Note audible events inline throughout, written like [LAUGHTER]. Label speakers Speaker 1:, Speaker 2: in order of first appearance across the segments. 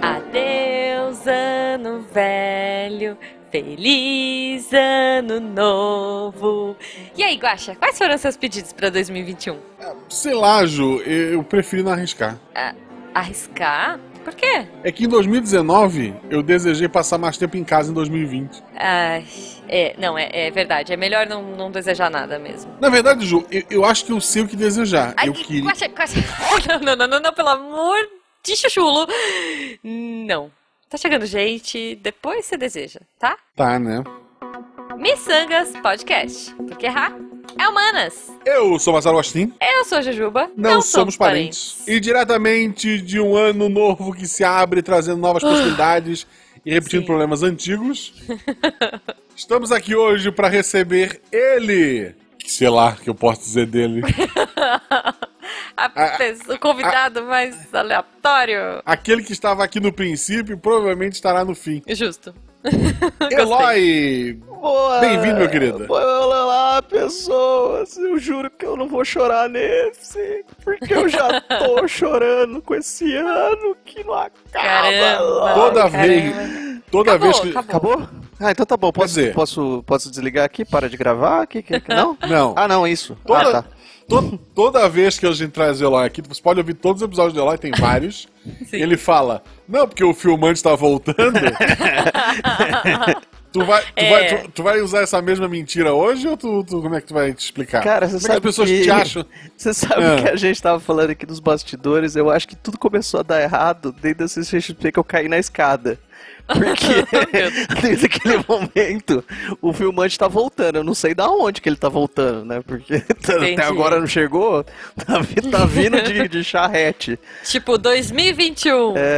Speaker 1: Adeus, ano velho. Feliz ano novo. E aí, Guaxa, quais foram seus pedidos para 2021?
Speaker 2: Sei lá, Ju, eu prefiro não arriscar.
Speaker 1: Ah, arriscar? Por quê?
Speaker 2: É que em 2019 eu desejei passar mais tempo em casa em 2020.
Speaker 1: Ai, é, não, é, é verdade. É melhor não, não desejar nada mesmo.
Speaker 2: Na verdade, Ju, eu, eu acho que eu sei o que desejar.
Speaker 1: Ai,
Speaker 2: eu queria.
Speaker 1: Guaxa, Guaxa. [LAUGHS] Não, não, não, não, não, pelo amor de chuchulo. Não. Tá chegando gente, depois você deseja, tá?
Speaker 2: Tá, né?
Speaker 1: Missangas Podcast. Porque errar é humanas.
Speaker 2: Eu sou Marcelo Agostinho.
Speaker 1: Eu sou a Jujuba.
Speaker 2: Não, somos parentes. E diretamente de um ano novo que se abre, trazendo novas possibilidades e repetindo
Speaker 1: Sim.
Speaker 2: problemas antigos. Estamos aqui hoje para receber ele. Que Sei lá o que eu posso dizer dele.
Speaker 1: [LAUGHS] A pessoa- o convidado mais aleatório.
Speaker 2: Aquele que estava aqui no princípio provavelmente estará no fim.
Speaker 1: Justo.
Speaker 2: Eloy!
Speaker 3: Boa!
Speaker 2: Bem-vindo, meu querido.
Speaker 3: Boa, Olha lá, pessoas! Eu juro que eu não vou chorar nesse, porque eu já
Speaker 2: [LAUGHS]
Speaker 3: tô chorando com esse ano que não acaba.
Speaker 1: Caramba.
Speaker 2: Toda
Speaker 1: Caramba.
Speaker 2: vez. Toda
Speaker 1: Acabou,
Speaker 2: vez que.
Speaker 1: acabou.
Speaker 3: Acabou? Ah, então tá bom. Posso,
Speaker 2: dizer-
Speaker 3: posso, posso desligar aqui? Para de gravar? Que, que, que- não?
Speaker 2: [LAUGHS] Não.
Speaker 3: Ah, não, isso.
Speaker 2: Toda,
Speaker 3: Ah, tá.
Speaker 2: to- toda vez que a gente traz o Eloy aqui, você pode ouvir todos os episódios do Eloy, tem
Speaker 1: [LAUGHS]
Speaker 2: vários. Ele fala, não, porque o filmante tá voltando.
Speaker 1: [LAUGHS]
Speaker 2: tu, vai, tu,
Speaker 1: É.
Speaker 2: vai, tu, tu vai usar essa mesma mentira hoje ou tu, tu- como é que tu vai te explicar?
Speaker 3: Cara,
Speaker 2: como
Speaker 3: você
Speaker 2: é que
Speaker 3: sabe
Speaker 2: as pessoas
Speaker 3: que-
Speaker 2: te acham?
Speaker 3: [LAUGHS] Você sabe
Speaker 2: Ah.
Speaker 3: que a gente tava falando aqui nos bastidores, eu acho que tudo começou a dar errado desde a CCXP que eu caí na escada.
Speaker 2: [LAUGHS]
Speaker 3: Porque [LAUGHS] desde aquele momento o filmante tá voltando. Eu não sei da onde que ele tá voltando, né? Porque [LAUGHS] t-
Speaker 1: Entendi.
Speaker 3: até agora não chegou. Tá, vi- tá vindo de,
Speaker 2: [LAUGHS]
Speaker 3: de charrete.
Speaker 1: Tipo, 2021.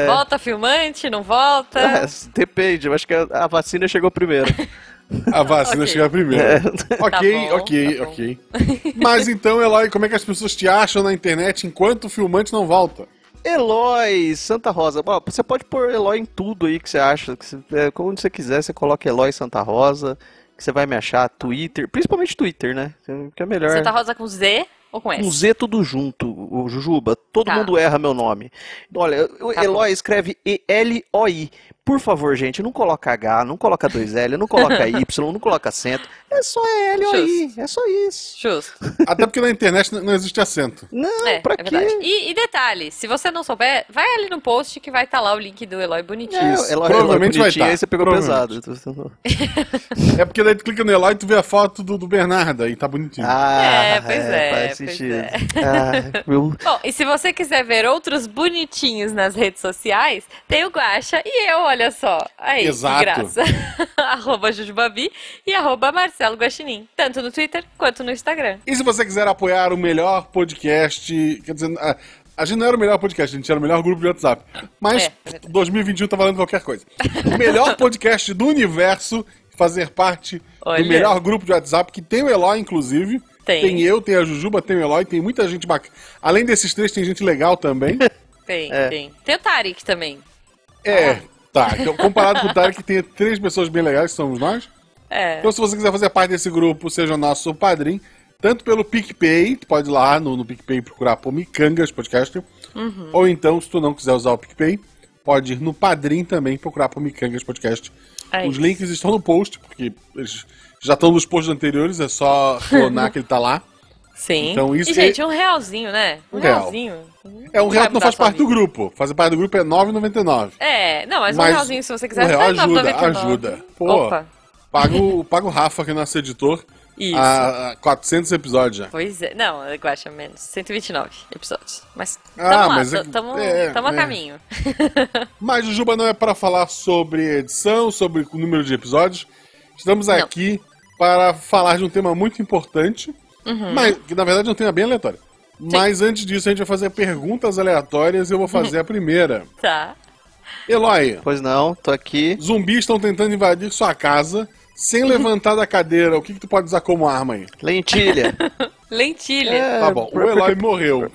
Speaker 1: Volta filmante, não volta?
Speaker 2: Tá.
Speaker 3: É, depende, eu acho que a, a vacina chegou primeiro.
Speaker 2: A
Speaker 1: [LAUGHS]
Speaker 2: vacina
Speaker 1: Ok.
Speaker 2: chega primeiro.
Speaker 3: É.
Speaker 2: ok,
Speaker 1: bom,
Speaker 2: ok,
Speaker 1: tá bom. [LAUGHS]
Speaker 2: ok. Mas então, Eloy, como é que as pessoas te acham na internet enquanto o filmante não volta?
Speaker 3: Eloy, Santa Rosa. Bom, você pode pôr Eloy em tudo aí que você acha. Que você, é, como você quiser, você coloca Eloy Santa Rosa, que você vai me achar. Twitter, principalmente Twitter, né? Que é melhor.
Speaker 1: Santa tá Rosa com Z ou com S?
Speaker 3: Com Z tudo junto, o Jujuba. Todo
Speaker 1: Tá.
Speaker 3: mundo erra meu nome. Olha, o
Speaker 1: Tá
Speaker 3: Eloy escreve E-L-O-I. Por favor, gente, não coloca H, não coloca 2L, não
Speaker 1: [LAUGHS]
Speaker 3: coloca Y, não coloca acento. É só E-L-O-I, é só isso.
Speaker 1: Justo.
Speaker 2: Até porque na internet não existe acento.
Speaker 3: Não,
Speaker 1: é,
Speaker 3: pra
Speaker 1: é
Speaker 3: quê?
Speaker 1: verdade. E, e detalhe, se você não souber, vai ali no post que vai estar lá o link do Eloy bonitinho.
Speaker 3: É,
Speaker 2: Isso,
Speaker 3: Eloy,
Speaker 2: provavelmente vai
Speaker 3: Eloy bonitinho,
Speaker 2: tá,
Speaker 3: aí você pegou pesado.
Speaker 2: provavelmente. É porque daí tu clica no Eloy e tu vê a foto do, do Bernardo aí, tá bonitinho.
Speaker 3: Ah,
Speaker 1: É, pois é,
Speaker 3: faz
Speaker 1: pois
Speaker 3: sentido.
Speaker 1: é.
Speaker 3: Ah, meu-
Speaker 1: Bom, e se você quiser ver outros bonitinhos nas redes sociais, tem o Guaxa e eu, olha só. Aí,
Speaker 2: Exato.
Speaker 1: que graça. [LAUGHS] arroba Jujubavi e arroba Marcelo Guaxinim. Tanto no Twitter quanto no Instagram.
Speaker 2: E se você quiser apoiar o melhor podcast, quer dizer, a, a gente não era o melhor podcast, a gente era o melhor grupo de WhatsApp. Mas
Speaker 1: É, é verdade.
Speaker 2: 2021 tá valendo qualquer coisa.
Speaker 1: [LAUGHS]
Speaker 2: O melhor podcast do universo, fazer parte
Speaker 1: Olha.
Speaker 2: do melhor grupo de WhatsApp, que tem o Eloy, inclusive.
Speaker 1: Tem.
Speaker 2: eu, tem a Jujuba, tem o Eloy, tem muita gente bacana. Além desses três, tem gente legal também.
Speaker 1: Tem,
Speaker 3: É.
Speaker 1: tem. Tem o Tarek também.
Speaker 2: É, tá. Então, comparado com o Tarek, que tem três pessoas bem legais, que somos nós.
Speaker 1: É.
Speaker 2: Então, se você quiser fazer parte desse grupo, seja nosso padrinho, tanto pelo PicPay, tu pode ir lá no, no PicPay procurar por Micangas Podcast,
Speaker 1: Uhum.
Speaker 2: ou então, se tu não quiser usar o PicPay, pode ir no Padrim também procurar por Micangas Podcast.
Speaker 1: É
Speaker 2: Os
Speaker 1: isso.
Speaker 2: links estão no post, porque eles já estão nos posts anteriores, é só clonar que ele tá lá.
Speaker 1: Sim.
Speaker 2: Então isso
Speaker 1: e,
Speaker 2: é-
Speaker 1: gente, um realzinho, né? Um
Speaker 2: Um real.
Speaker 1: realzinho.
Speaker 2: É um real que não
Speaker 1: vai mudar
Speaker 2: faz
Speaker 1: sua
Speaker 2: parte do
Speaker 1: vida.
Speaker 2: grupo. Fazer parte do grupo é R$ 9,99.
Speaker 1: É, não, mas, um
Speaker 2: Mas
Speaker 1: realzinho, se você
Speaker 2: um
Speaker 1: quiser,
Speaker 2: real
Speaker 1: tá
Speaker 2: ajuda,
Speaker 1: 9,99.
Speaker 2: ajuda. Pô.
Speaker 1: Opa,
Speaker 2: Paga o, paga o Rafa, que é nosso editor,
Speaker 1: isso.
Speaker 2: há 400 episódios já.
Speaker 1: Pois é, não, eu acho menos. 129 episódios. Mas
Speaker 2: Ah,
Speaker 1: tamo lá,
Speaker 2: mas é
Speaker 1: t-
Speaker 2: que-
Speaker 1: tamo,
Speaker 2: é,
Speaker 1: tamo a
Speaker 2: é.
Speaker 1: caminho. [LAUGHS]
Speaker 2: Mas Jujuba não é para falar sobre edição, sobre o número de episódios. Estamos
Speaker 1: Não.
Speaker 2: aqui para falar de um tema muito importante,
Speaker 1: Uhum.
Speaker 2: mas que na verdade é um tema bem aleatório. Mas antes disso, a gente vai fazer perguntas aleatórias e eu vou fazer
Speaker 1: Uhum.
Speaker 2: a primeira.
Speaker 1: Tá.
Speaker 2: Eloy,
Speaker 3: Pois não, tô aqui.
Speaker 2: zumbis estão tentando invadir sua casa
Speaker 1: Uhum.
Speaker 2: sem levantar da cadeira. O que, que tu pode usar como arma aí?
Speaker 3: Lentilha. É,
Speaker 1: Lentilha.
Speaker 2: Tá bom, o Eloy morreu.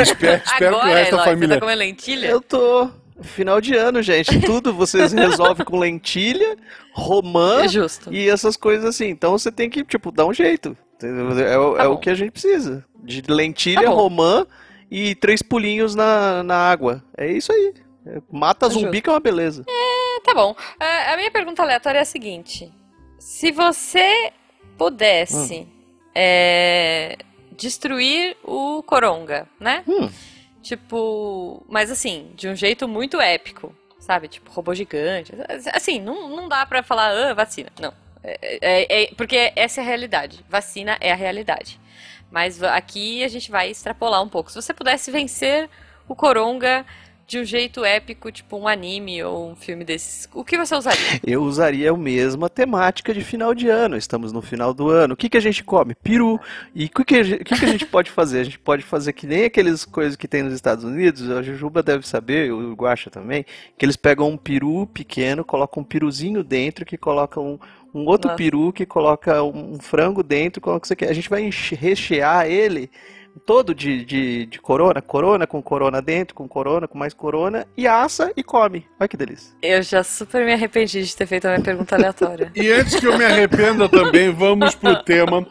Speaker 2: espero espero que o
Speaker 1: Agora,
Speaker 2: resto da
Speaker 1: Eloy,
Speaker 2: família.
Speaker 1: você tá comendo lentilha?
Speaker 3: Eu tô. Final de ano, gente. Tudo vocês resolvem com lentilha, romã
Speaker 1: É justo.
Speaker 3: e essas coisas assim. Então você tem que, tipo, dar um jeito. É, o-
Speaker 1: Tá
Speaker 3: é
Speaker 1: bom.
Speaker 3: o que a gente precisa. De lentilha,
Speaker 1: Tá bom.
Speaker 3: romã e três pulinhos na, na água. É isso aí. É, Mata
Speaker 1: Ajuda.
Speaker 3: zumbi que é uma beleza.
Speaker 1: É, tá bom. É, a minha pergunta aleatória é a seguinte: se você pudesse
Speaker 2: Hum.
Speaker 1: é, destruir o Coronga, né?
Speaker 3: Hum.
Speaker 1: Tipo, mas assim, de um jeito muito épico, sabe? Tipo, robô gigante. Assim, não, não dá pra falar, ah, vacina. Não. É- é- é- porque essa é a realidade. Vacina é a realidade. Mas va- aqui a gente vai extrapolar um pouco. Se você pudesse vencer o Coronga de um jeito épico, tipo um anime ou um filme desses, o que você usaria?
Speaker 3: Eu usaria a mesma temática de final de ano. Estamos no final do ano. O que, que a gente come? Peru. E o que, que, a gente- o que que a gente [LAUGHS] pode fazer? A gente pode fazer que nem aqueles coisas que tem nos Estados Unidos. A Jujuba deve saber, o Guaxa também, que eles pegam um peru pequeno, colocam um peruzinho dentro, que colocam um, um outro
Speaker 1: Nossa.
Speaker 3: peru, que coloca um, um frango dentro, coloca o que você quer. A gente vai enche- rechear ele todo de, de, de corona, corona com corona dentro, com corona, com mais corona, e assa e come. Olha que delícia.
Speaker 1: [LAUGHS] Eu já super me arrependi de ter feito a minha pergunta
Speaker 2: [LAUGHS]
Speaker 1: aleatória.
Speaker 2: E antes que eu me arrependa também, vamos pro tema.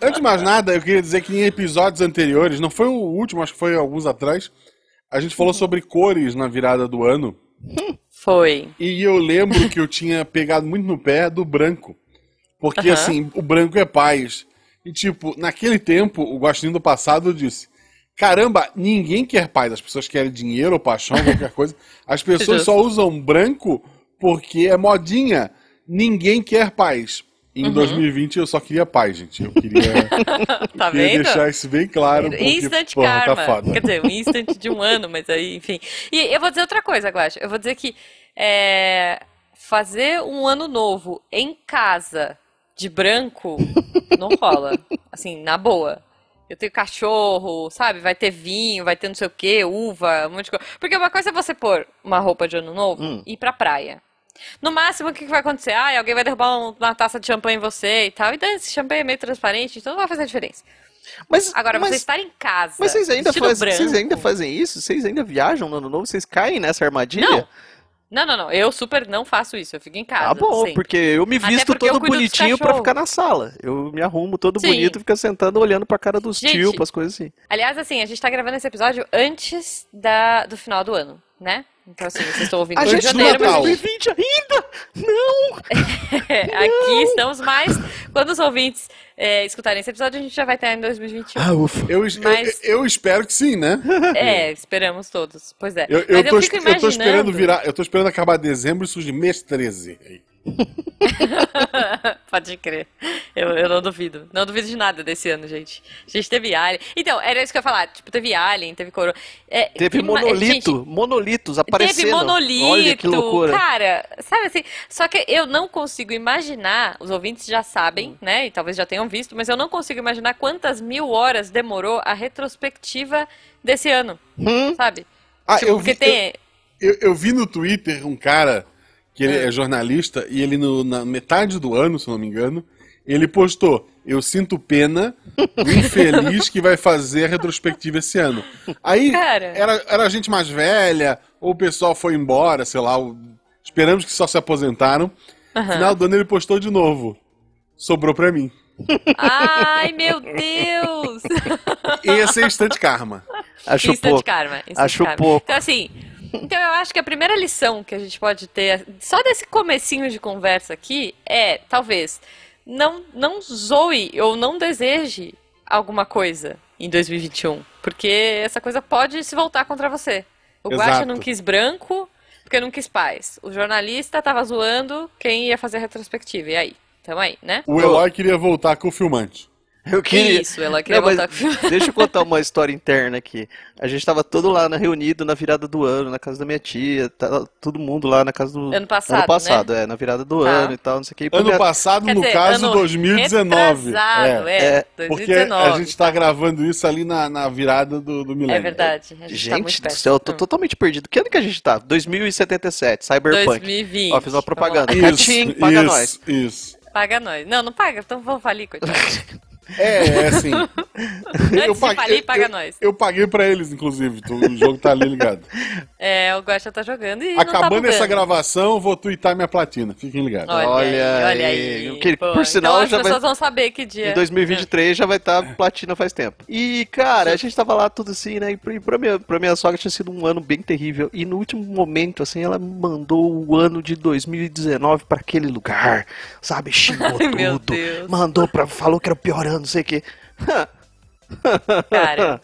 Speaker 2: Antes de mais nada, eu queria dizer que em episódios anteriores, não foi o último, acho que foi alguns atrás, a gente falou sobre cores na virada do ano.
Speaker 1: Foi.
Speaker 2: E eu lembro que eu tinha pegado muito no pé do branco. Porque,
Speaker 1: Aham.
Speaker 2: assim, o branco é paz. E, tipo, naquele tempo, o Guaxinim do passado disse: Caramba, ninguém quer paz. As pessoas querem dinheiro ou paixão, qualquer coisa. As pessoas
Speaker 1: Justo.
Speaker 2: só usam branco porque é modinha. Ninguém quer paz. Em 2020 eu só queria paz, gente.
Speaker 1: [LAUGHS]
Speaker 2: Eu queria,
Speaker 1: Uhum. Tá
Speaker 2: queria
Speaker 1: vendo?
Speaker 2: deixar isso bem claro. Porque,
Speaker 1: Instant
Speaker 2: um porra,
Speaker 1: karma.
Speaker 2: tá foda.
Speaker 1: Quer dizer, um instant de um ano, mas aí, enfim. E eu vou dizer outra coisa, Guaxa. Eu vou dizer que é, fazer um ano novo em casa de branco não rola. Assim, na boa. Eu tenho cachorro, sabe? Vai ter vinho, vai ter não sei o quê, uva, um monte de coisa. Porque uma coisa é você pôr uma roupa de ano novo
Speaker 3: Hum.
Speaker 1: e ir pra praia. No máximo, o que que vai acontecer? Ah, alguém vai derrubar um- uma taça de champanhe em você e tal. E dane-se, champanhe é meio transparente, então não vai fazer diferença.
Speaker 3: Mas,
Speaker 1: Agora,
Speaker 3: mas,
Speaker 1: você estar em casa.
Speaker 3: mas vocês, ainda
Speaker 1: vestido
Speaker 3: faz, vocês
Speaker 1: branco-
Speaker 3: ainda fazem isso? Vocês ainda viajam no ano novo? Vocês caem nessa armadilha?
Speaker 1: Não, Não, não, não. Eu super não faço isso. Eu fico em casa.
Speaker 3: Ah, bom,
Speaker 1: sempre.
Speaker 3: porque eu me
Speaker 1: Até
Speaker 3: visto
Speaker 1: porque eu
Speaker 3: todo
Speaker 1: cuido dos
Speaker 3: bonitinho pra
Speaker 1: cachorro.
Speaker 3: ficar na sala. Eu me arrumo todo
Speaker 1: Sim.
Speaker 3: bonito e fico sentado olhando pra cara dos
Speaker 1: Gente.
Speaker 3: tio, pras coisas assim.
Speaker 1: Aliás, assim, a gente tá gravando esse episódio antes da, do final do ano, né? Então, assim, vocês estão ouvindo
Speaker 3: A
Speaker 1: em
Speaker 3: gente não é
Speaker 1: janeiro, mas é,
Speaker 2: Natal.
Speaker 3: 2020 ainda!
Speaker 1: [LAUGHS] aqui estamos mais. Quando os ouvintes é, escutarem esse episódio, a gente já vai estar em 2021.
Speaker 3: Ah, ufa.
Speaker 2: Eu, eu-
Speaker 1: Mas-
Speaker 2: eu espero que sim, né?
Speaker 3: Ah,
Speaker 1: É, esperamos todos. Pois é.
Speaker 2: Eu, eu,
Speaker 1: mas
Speaker 2: tô,
Speaker 1: eu fico
Speaker 2: eu tô esperando
Speaker 1: imaginando.
Speaker 2: virar, eu tô esperando acabar dezembro e surge mês 13.
Speaker 1: [LAUGHS] Pode crer. Eu, eu não duvido. Não duvido de nada desse ano, gente. A gente teve Alien. Então, era isso que eu ia falar. Tipo, teve Alien, teve Corona. É,
Speaker 3: Teve
Speaker 1: ima-
Speaker 3: monolito,
Speaker 1: gente,
Speaker 3: monolitos aparecendo.
Speaker 1: Teve monolito.
Speaker 3: Olha que loucura.
Speaker 1: Cara, sabe assim? Só que eu não consigo imaginar, os ouvintes já sabem, né? E talvez já tenham visto, mas eu não consigo imaginar quantas mil horas demorou a retrospectiva desse ano,
Speaker 3: Hum?
Speaker 1: sabe?
Speaker 2: Ah,
Speaker 1: Tipo,
Speaker 2: eu
Speaker 1: porque
Speaker 2: vi,
Speaker 1: tem.
Speaker 2: eu, eu- eu vi no Twitter um cara que ele é jornalista e ele no- na metade do ano, se eu não me engano, ele postou: Eu sinto pena
Speaker 1: [LAUGHS]
Speaker 2: do infeliz que vai fazer a retrospectiva esse ano. Aí
Speaker 1: Cara.
Speaker 3: É,
Speaker 2: era, era gente mais velha, ou o pessoal foi embora, sei lá, o- esperamos que só se aposentaram. No
Speaker 1: Aham.
Speaker 2: final do ano ele postou de novo. Sobrou pra mim.
Speaker 1: Ai, meu Deus!
Speaker 2: Esse é instante karma.
Speaker 3: Acho
Speaker 1: Instant
Speaker 3: pouco.
Speaker 1: karma. Instant
Speaker 3: Acho
Speaker 1: karma.
Speaker 3: pouco.
Speaker 1: Então, assim, então eu acho que a primeira lição que a gente pode ter, só desse comecinho de conversa aqui, é, talvez, não, não zoe ou não deseje alguma coisa em 2021. Porque essa coisa pode se voltar contra você. O Guaxa
Speaker 2: Exato.
Speaker 1: não quis branco, porque não quis paz. O jornalista tava zoando quem ia fazer a retrospectiva. E aí? Tamo aí, né? É
Speaker 2: O Eloy queria voltar com o filmante.
Speaker 3: Eu queria.
Speaker 1: Isso, ela queria
Speaker 3: Não, mas
Speaker 1: voltar com [LAUGHS] o
Speaker 3: [LAUGHS]
Speaker 1: filme.
Speaker 3: Deixa eu contar uma história interna aqui. A gente tava todo lá na- reunido na virada do ano, na casa da minha tia, tava todo mundo lá na casa do
Speaker 1: Ano passado, né?
Speaker 3: ano passado, é, na virada do
Speaker 1: Tá.
Speaker 3: ano e tal, não sei o que.
Speaker 2: Ano passado,
Speaker 1: Quer
Speaker 2: no
Speaker 1: dizer,
Speaker 2: caso,
Speaker 1: ano
Speaker 2: 2019.
Speaker 1: Retrasado, é,
Speaker 3: É,
Speaker 2: Porque a
Speaker 1: 2019.
Speaker 2: gente tá gravando isso ali na, na virada do, do milênio.
Speaker 1: É verdade. A gente, tá muito
Speaker 3: Gente do
Speaker 1: perto.
Speaker 3: céu, eu tô
Speaker 1: Hum.
Speaker 3: totalmente perdido. Que ano que a gente tá? 2077, Cyberpunk.
Speaker 1: 2020.
Speaker 3: Ó, fiz uma
Speaker 1: Vamos
Speaker 3: propaganda.
Speaker 1: lá.
Speaker 3: Catim, paga nós.
Speaker 2: Isso.
Speaker 3: [LAUGHS]
Speaker 1: Paga nós. Não, não paga, então vamos falir, coitado.
Speaker 2: É, é assim.
Speaker 1: Antes de falir, paga
Speaker 2: eu,
Speaker 1: nós.
Speaker 2: eu paguei pra eles, inclusive. tu- o jogo tá ali ligado.
Speaker 1: É, o Guaxa tá jogando e não tá
Speaker 2: Acabando
Speaker 1: bugando.
Speaker 2: essa gravação, eu vou twittar minha platina. Fiquem ligados.
Speaker 1: Olha,
Speaker 3: Olha
Speaker 1: aí, olha
Speaker 3: aí.
Speaker 1: aí.
Speaker 3: Que,
Speaker 1: Pô,
Speaker 3: por sinal,
Speaker 1: então as
Speaker 3: já vai-
Speaker 1: pessoas vão saber que dia.
Speaker 3: Em 2023 já vai estar platina faz tempo. E, cara, a gente tava lá tudo assim, né? E pra, e pra minha, pra minha sogra tinha sido um ano bem terrível. E no último momento, assim, ela mandou o ano de 2019 pra aquele lugar, sabe? Xingou
Speaker 1: [LAUGHS] Ai, meu
Speaker 3: tudo.
Speaker 1: Deus.
Speaker 3: Mandou pra. Falou que era o pior ano, não sei o quê.
Speaker 1: Cara.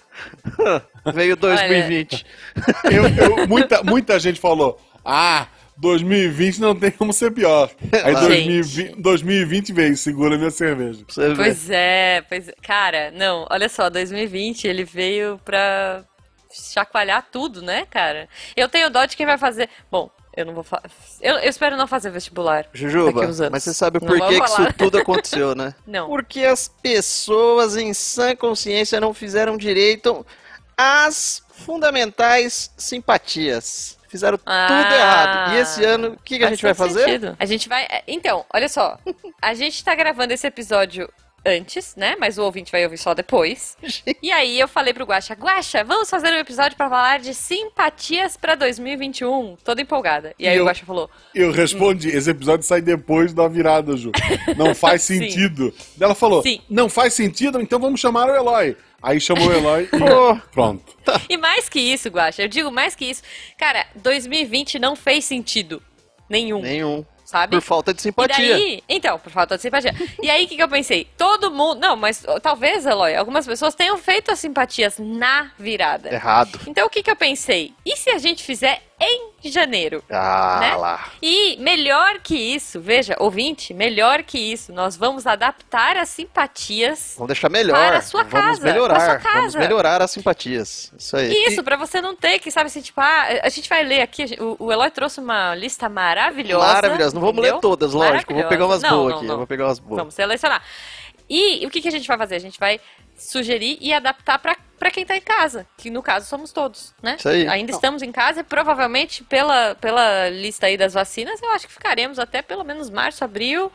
Speaker 3: [LAUGHS] Veio 2020.
Speaker 2: Eu- eu- muita, muita gente falou: ah, 2020 não tem como ser pior. Aí
Speaker 3: Claro.
Speaker 2: 2020, 2020 veio, segura minha cerveja.
Speaker 3: Pra você ver.
Speaker 1: Pois é, pois é. Cara, não, olha só, 2020 ele veio pra chacoalhar tudo, né, cara? Eu tenho dó de quem vai fazer. Bom, eu não vou fa... eu, eu espero não fazer vestibular.
Speaker 3: Jujuba,
Speaker 1: daqui uns anos.
Speaker 3: mas você sabe
Speaker 1: Não
Speaker 3: por
Speaker 1: vou
Speaker 3: que, que
Speaker 1: falar.
Speaker 3: isso tudo aconteceu, né?
Speaker 1: [LAUGHS] Não.
Speaker 3: Porque as pessoas em sã consciência não fizeram direito às fundamentais simpatias. Fizeram tudo
Speaker 1: Ah.
Speaker 3: errado. E esse ano, o que, que a
Speaker 1: Faz
Speaker 3: gente vai
Speaker 1: todo
Speaker 3: fazer?
Speaker 1: sentido. A gente vai. é, Então, olha só. A gente tá gravando esse episódio antes, né? Mas o ouvinte vai ouvir só depois. E aí eu falei pro Guaxa, Guaxa, vamos fazer um episódio pra falar de simpatias pra 2021. Toda empolgada. E aí
Speaker 2: E eu-
Speaker 1: o Guaxa falou,
Speaker 2: Eu respondi, esse episódio sai depois da virada, Ju. Não
Speaker 1: [LAUGHS]
Speaker 2: faz
Speaker 1: Sim.
Speaker 2: sentido. Ela falou,
Speaker 1: Sim.
Speaker 2: não faz sentido, então vamos chamar o Eloy. Aí chamou o Eloy
Speaker 3: Oh.
Speaker 2: e pronto.
Speaker 1: E mais que isso, Guaxa, eu digo mais que isso. Cara, 2020 não fez sentido nenhum,
Speaker 3: Nenhum.
Speaker 1: sabe?
Speaker 3: Por falta de
Speaker 1: E
Speaker 3: simpatia.
Speaker 1: daí, então, por falta de simpatia. E aí, o que, que eu pensei? Todo mundo. Não, mas ó, talvez, Eloy, algumas pessoas tenham feito as simpatias na virada.
Speaker 3: Errado.
Speaker 1: Então, o que, que eu pensei? E se a gente fizer em janeiro?
Speaker 3: Ah
Speaker 1: Né?
Speaker 3: lá.
Speaker 1: E melhor que isso, veja, ouvinte, melhor que isso, nós vamos adaptar as simpatias
Speaker 3: Vamos deixar melhor.
Speaker 1: Para a sua
Speaker 3: Vamos
Speaker 1: casa,
Speaker 3: melhorar.
Speaker 1: para a sua
Speaker 3: Vamos
Speaker 1: casa.
Speaker 3: melhorar as simpatias. Isso aí.
Speaker 1: Isso, pra você não ter que, sabe, assim, tipo, ah, a gente vai ler aqui, a gente- o, o Eloy trouxe uma lista maravilhosa.
Speaker 3: Maravilhoso. Não vamos ler
Speaker 1: entendeu?
Speaker 3: todas, lógico. Vou
Speaker 1: Maravilhosa.
Speaker 3: pegar umas
Speaker 1: Não,
Speaker 3: boas
Speaker 1: não,
Speaker 3: aqui.
Speaker 1: não.
Speaker 3: Eu vou pegar umas boas.
Speaker 1: Vamos selecionar. E o que, que a gente vai fazer? A gente vai sugerir e adaptar pra, pra quem tá em casa, que no caso somos todos, né?
Speaker 3: Isso aí.
Speaker 1: Ainda estamos em casa e provavelmente pela, pela lista aí das vacinas, eu acho que ficaremos até pelo menos março, abril,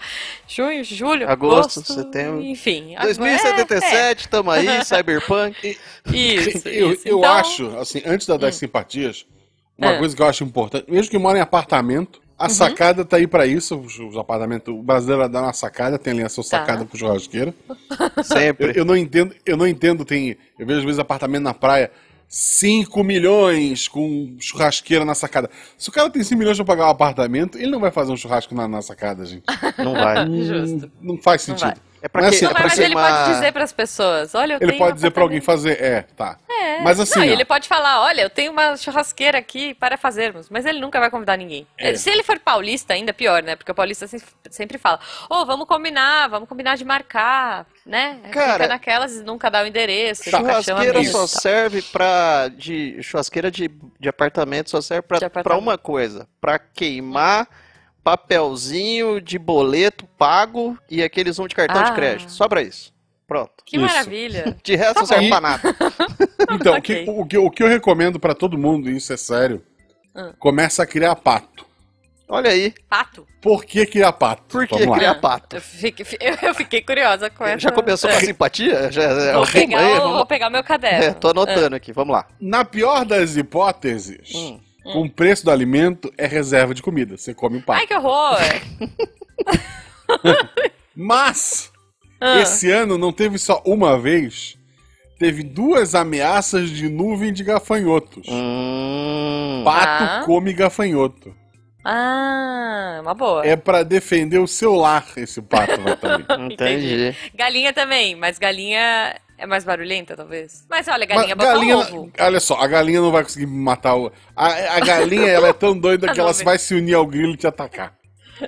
Speaker 1: junho, julho,
Speaker 3: Agosto,
Speaker 1: agosto,
Speaker 3: setembro.
Speaker 1: Enfim. agora-
Speaker 3: 2077, tamo aí,
Speaker 1: [LAUGHS]
Speaker 3: Cyberpunk.
Speaker 1: é, é. Isso,
Speaker 2: eu
Speaker 1: isso.
Speaker 2: eu
Speaker 1: Então, Hum.
Speaker 2: acho, assim, antes da- das simpatias, uma
Speaker 1: É.
Speaker 2: coisa que eu acho importante, mesmo que mora em apartamento,
Speaker 1: Uhum.
Speaker 2: a sacada tá aí pra isso, os, os apartamentos, o brasileiro dá uma sacada, tem ali a sua
Speaker 1: Tá.
Speaker 2: sacada pro churrasqueira. Eu,
Speaker 3: Sempre.
Speaker 2: eu não entendo, eu não entendo, tem. Eu vejo às vezes apartamento na praia, 5 milhões com churrasqueira na sacada. Se o cara tem 5 milhões pra pagar um apartamento, ele não vai fazer um churrasco na, na sacada, gente.
Speaker 3: Não vai.
Speaker 1: Ah, Justo.
Speaker 2: Não faz
Speaker 1: Não
Speaker 2: sentido.
Speaker 1: vai.
Speaker 3: É pra
Speaker 2: Mas assim,
Speaker 3: quê?
Speaker 1: Não,
Speaker 2: é
Speaker 1: mas,
Speaker 2: pra
Speaker 1: mas
Speaker 2: ser
Speaker 1: ele pode dizer pras pessoas, olha, eu
Speaker 2: Ele
Speaker 1: tenho
Speaker 2: pode
Speaker 1: um
Speaker 2: dizer pra alguém
Speaker 1: apartamento.
Speaker 2: fazer, é, tá.
Speaker 1: É.
Speaker 2: Mas assim,
Speaker 1: Não, e
Speaker 2: ó,
Speaker 1: ele pode falar, olha, eu tenho uma churrasqueira aqui para fazermos, mas ele nunca vai convidar ninguém.
Speaker 2: É.
Speaker 1: Se ele for paulista, ainda pior, né? Porque o paulista se- sempre fala, ô, vamos combinar, vamos combinar de marcar, né?
Speaker 3: Cara-
Speaker 1: Fica naquelas e nunca dá o endereço, nunca chama
Speaker 3: Churrasqueira
Speaker 1: mesmo, tá
Speaker 3: só
Speaker 1: tal.
Speaker 3: serve pra. De, churrasqueira de, de apartamento só serve
Speaker 1: De
Speaker 3: pra,
Speaker 1: apartamento.
Speaker 3: pra uma coisa: pra queimar papelzinho de boleto pago e aqueles um de cartão de
Speaker 1: Ah.
Speaker 3: crédito. Só pra isso. Pronto.
Speaker 1: Que
Speaker 2: Isso.
Speaker 1: maravilha.
Speaker 3: De resto não serve pra nada.
Speaker 2: Então, o
Speaker 1: Ok.
Speaker 2: que- o, que, o que eu recomendo pra todo mundo, e isso é sério,
Speaker 1: Ah.
Speaker 2: começa a criar pato.
Speaker 3: Olha aí.
Speaker 1: Pato.
Speaker 2: Por que criar pato?
Speaker 3: Por que
Speaker 2: Vamos lá.
Speaker 3: criar pato?
Speaker 1: Eu fiquei, eu fiquei curiosa com essa.
Speaker 3: Já começou com a simpatia? Já, é
Speaker 1: Vou
Speaker 3: o
Speaker 1: pegar,
Speaker 3: aí,
Speaker 1: o-
Speaker 3: vamos-
Speaker 1: vou pegar meu caderno.
Speaker 3: É, tô anotando aqui, vamos lá.
Speaker 2: Na pior das hipóteses,
Speaker 3: Hum.
Speaker 2: com o preço do alimento é reserva de comida. Você come o pato.
Speaker 1: Ai, que horror.
Speaker 2: Mas
Speaker 1: Ah.
Speaker 2: esse ano não teve só uma vez, teve duas ameaças de nuvem de gafanhotos.
Speaker 3: Hum.
Speaker 2: Pato
Speaker 1: Ah.
Speaker 2: come gafanhoto.
Speaker 1: Ah, uma boa.
Speaker 2: É pra defender o seu lar esse pato vai também.
Speaker 3: Entendi.
Speaker 1: Galinha também, mas galinha é mais barulhenta, talvez. Mas olha, [LAUGHS] galinha
Speaker 2: Mas
Speaker 1: bota
Speaker 2: galinha-
Speaker 1: ovo. [LAUGHS]
Speaker 2: Olha só, a galinha não vai conseguir matar o. A, a galinha ela é tão doida que
Speaker 1: Não,
Speaker 2: ela
Speaker 1: velho.
Speaker 2: vai se unir ao grilo e te atacar.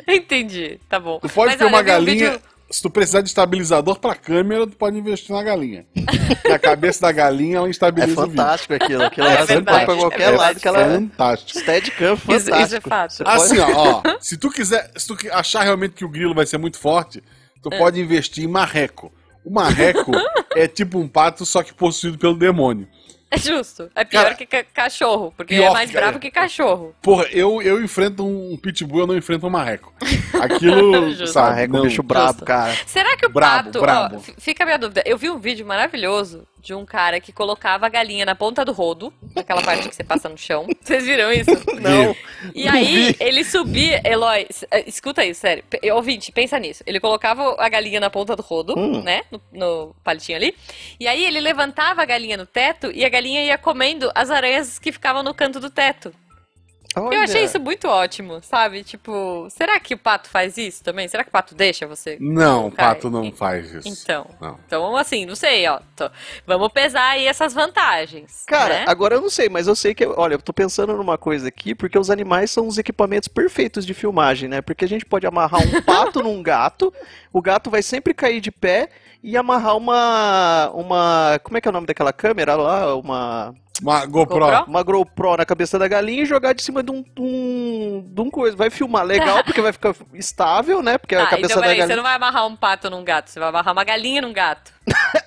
Speaker 1: Entendi, tá bom.
Speaker 2: Tu pode
Speaker 1: Mas
Speaker 2: ter
Speaker 1: olha,
Speaker 2: uma
Speaker 1: eu vi um
Speaker 2: galinha.
Speaker 1: vídeo-
Speaker 2: Se tu precisar de estabilizador pra câmera, tu pode investir na galinha. [LAUGHS] Na cabeça da galinha, ela
Speaker 3: É
Speaker 2: estabiliza o vídeo.
Speaker 3: fantástico aquilo. Aquilo lá
Speaker 1: É
Speaker 3: você
Speaker 1: verdade,
Speaker 3: pode pra
Speaker 1: é
Speaker 3: qualquer lado
Speaker 1: verdade.
Speaker 3: que ela.
Speaker 2: Fantástico.
Speaker 3: Steadicam
Speaker 1: Isso- isso
Speaker 3: fantástico.
Speaker 1: é fato.
Speaker 3: Você pode-
Speaker 2: Assim, ó, ó, se tu quiser, se tu que- achar realmente que o grilo vai ser muito forte, tu pode
Speaker 1: [LAUGHS]
Speaker 2: é investir em marreco. O marreco é tipo um pato, só que possuído pelo demônio.
Speaker 1: É justo. É pior
Speaker 2: Cara,
Speaker 1: que ca- cachorro, porque
Speaker 2: pior,
Speaker 1: é mais
Speaker 2: cara.
Speaker 1: bravo que cachorro.
Speaker 2: Porra, eu, eu enfrento um pitbull, eu não enfrento um marreco.
Speaker 1: [LAUGHS]
Speaker 2: Aquilo,
Speaker 1: Justo.
Speaker 2: sabe?
Speaker 3: Marreco é um
Speaker 2: não.
Speaker 3: bicho brabo,
Speaker 1: Justo.
Speaker 3: cara.
Speaker 1: Será que o
Speaker 2: Brabo,
Speaker 1: pato. ó,
Speaker 2: brabo.
Speaker 1: f- fica a minha dúvida. Eu vi um vídeo maravilhoso de um cara que colocava a galinha na ponta do rodo, naquela parte que você passa no chão. [LAUGHS] Vocês viram isso?
Speaker 3: Não.
Speaker 1: E
Speaker 3: Não
Speaker 1: aí,
Speaker 3: vi.
Speaker 1: ele subia, Eloy, s- eh, escuta isso, sério. P- Ouvinte, pensa nisso. Ele colocava a galinha na ponta do rodo,
Speaker 3: Hum.
Speaker 1: né? No, no palitinho ali. E aí ele levantava a galinha no teto e a galinha ia comendo as aranhas que ficavam no canto do teto. Eu achei isso muito ótimo, sabe? Tipo, será que o pato faz isso também? Será que o pato deixa você?
Speaker 2: Não, o
Speaker 1: Cara,
Speaker 2: pato não
Speaker 1: en-
Speaker 2: faz isso.
Speaker 1: Então.
Speaker 2: Não.
Speaker 1: Então, assim, não sei, ó. tô- Vamos pesar aí essas vantagens.
Speaker 3: Cara,
Speaker 1: né?
Speaker 3: agora eu não sei, mas eu sei que. Olha, eu tô pensando numa coisa aqui, porque os animais são os equipamentos perfeitos de filmagem, né? Porque a gente pode amarrar um
Speaker 1: [LAUGHS]
Speaker 3: pato num gato, o gato vai sempre cair de pé e amarrar uma. uma. Como é que é o nome daquela câmera lá? Uma.
Speaker 2: Uma GoPro.
Speaker 1: GoPro?
Speaker 3: Uma GoPro na cabeça da galinha e jogar de cima de um. De um, de um coisa. Vai
Speaker 1: [LAUGHS]
Speaker 3: filmar legal, porque vai ficar estável, né? Porque a
Speaker 1: Tá,
Speaker 3: cabeça
Speaker 1: então
Speaker 3: da
Speaker 1: peraí,
Speaker 3: galinha.
Speaker 1: você não vai amarrar um pato num gato, você vai amarrar uma galinha num gato.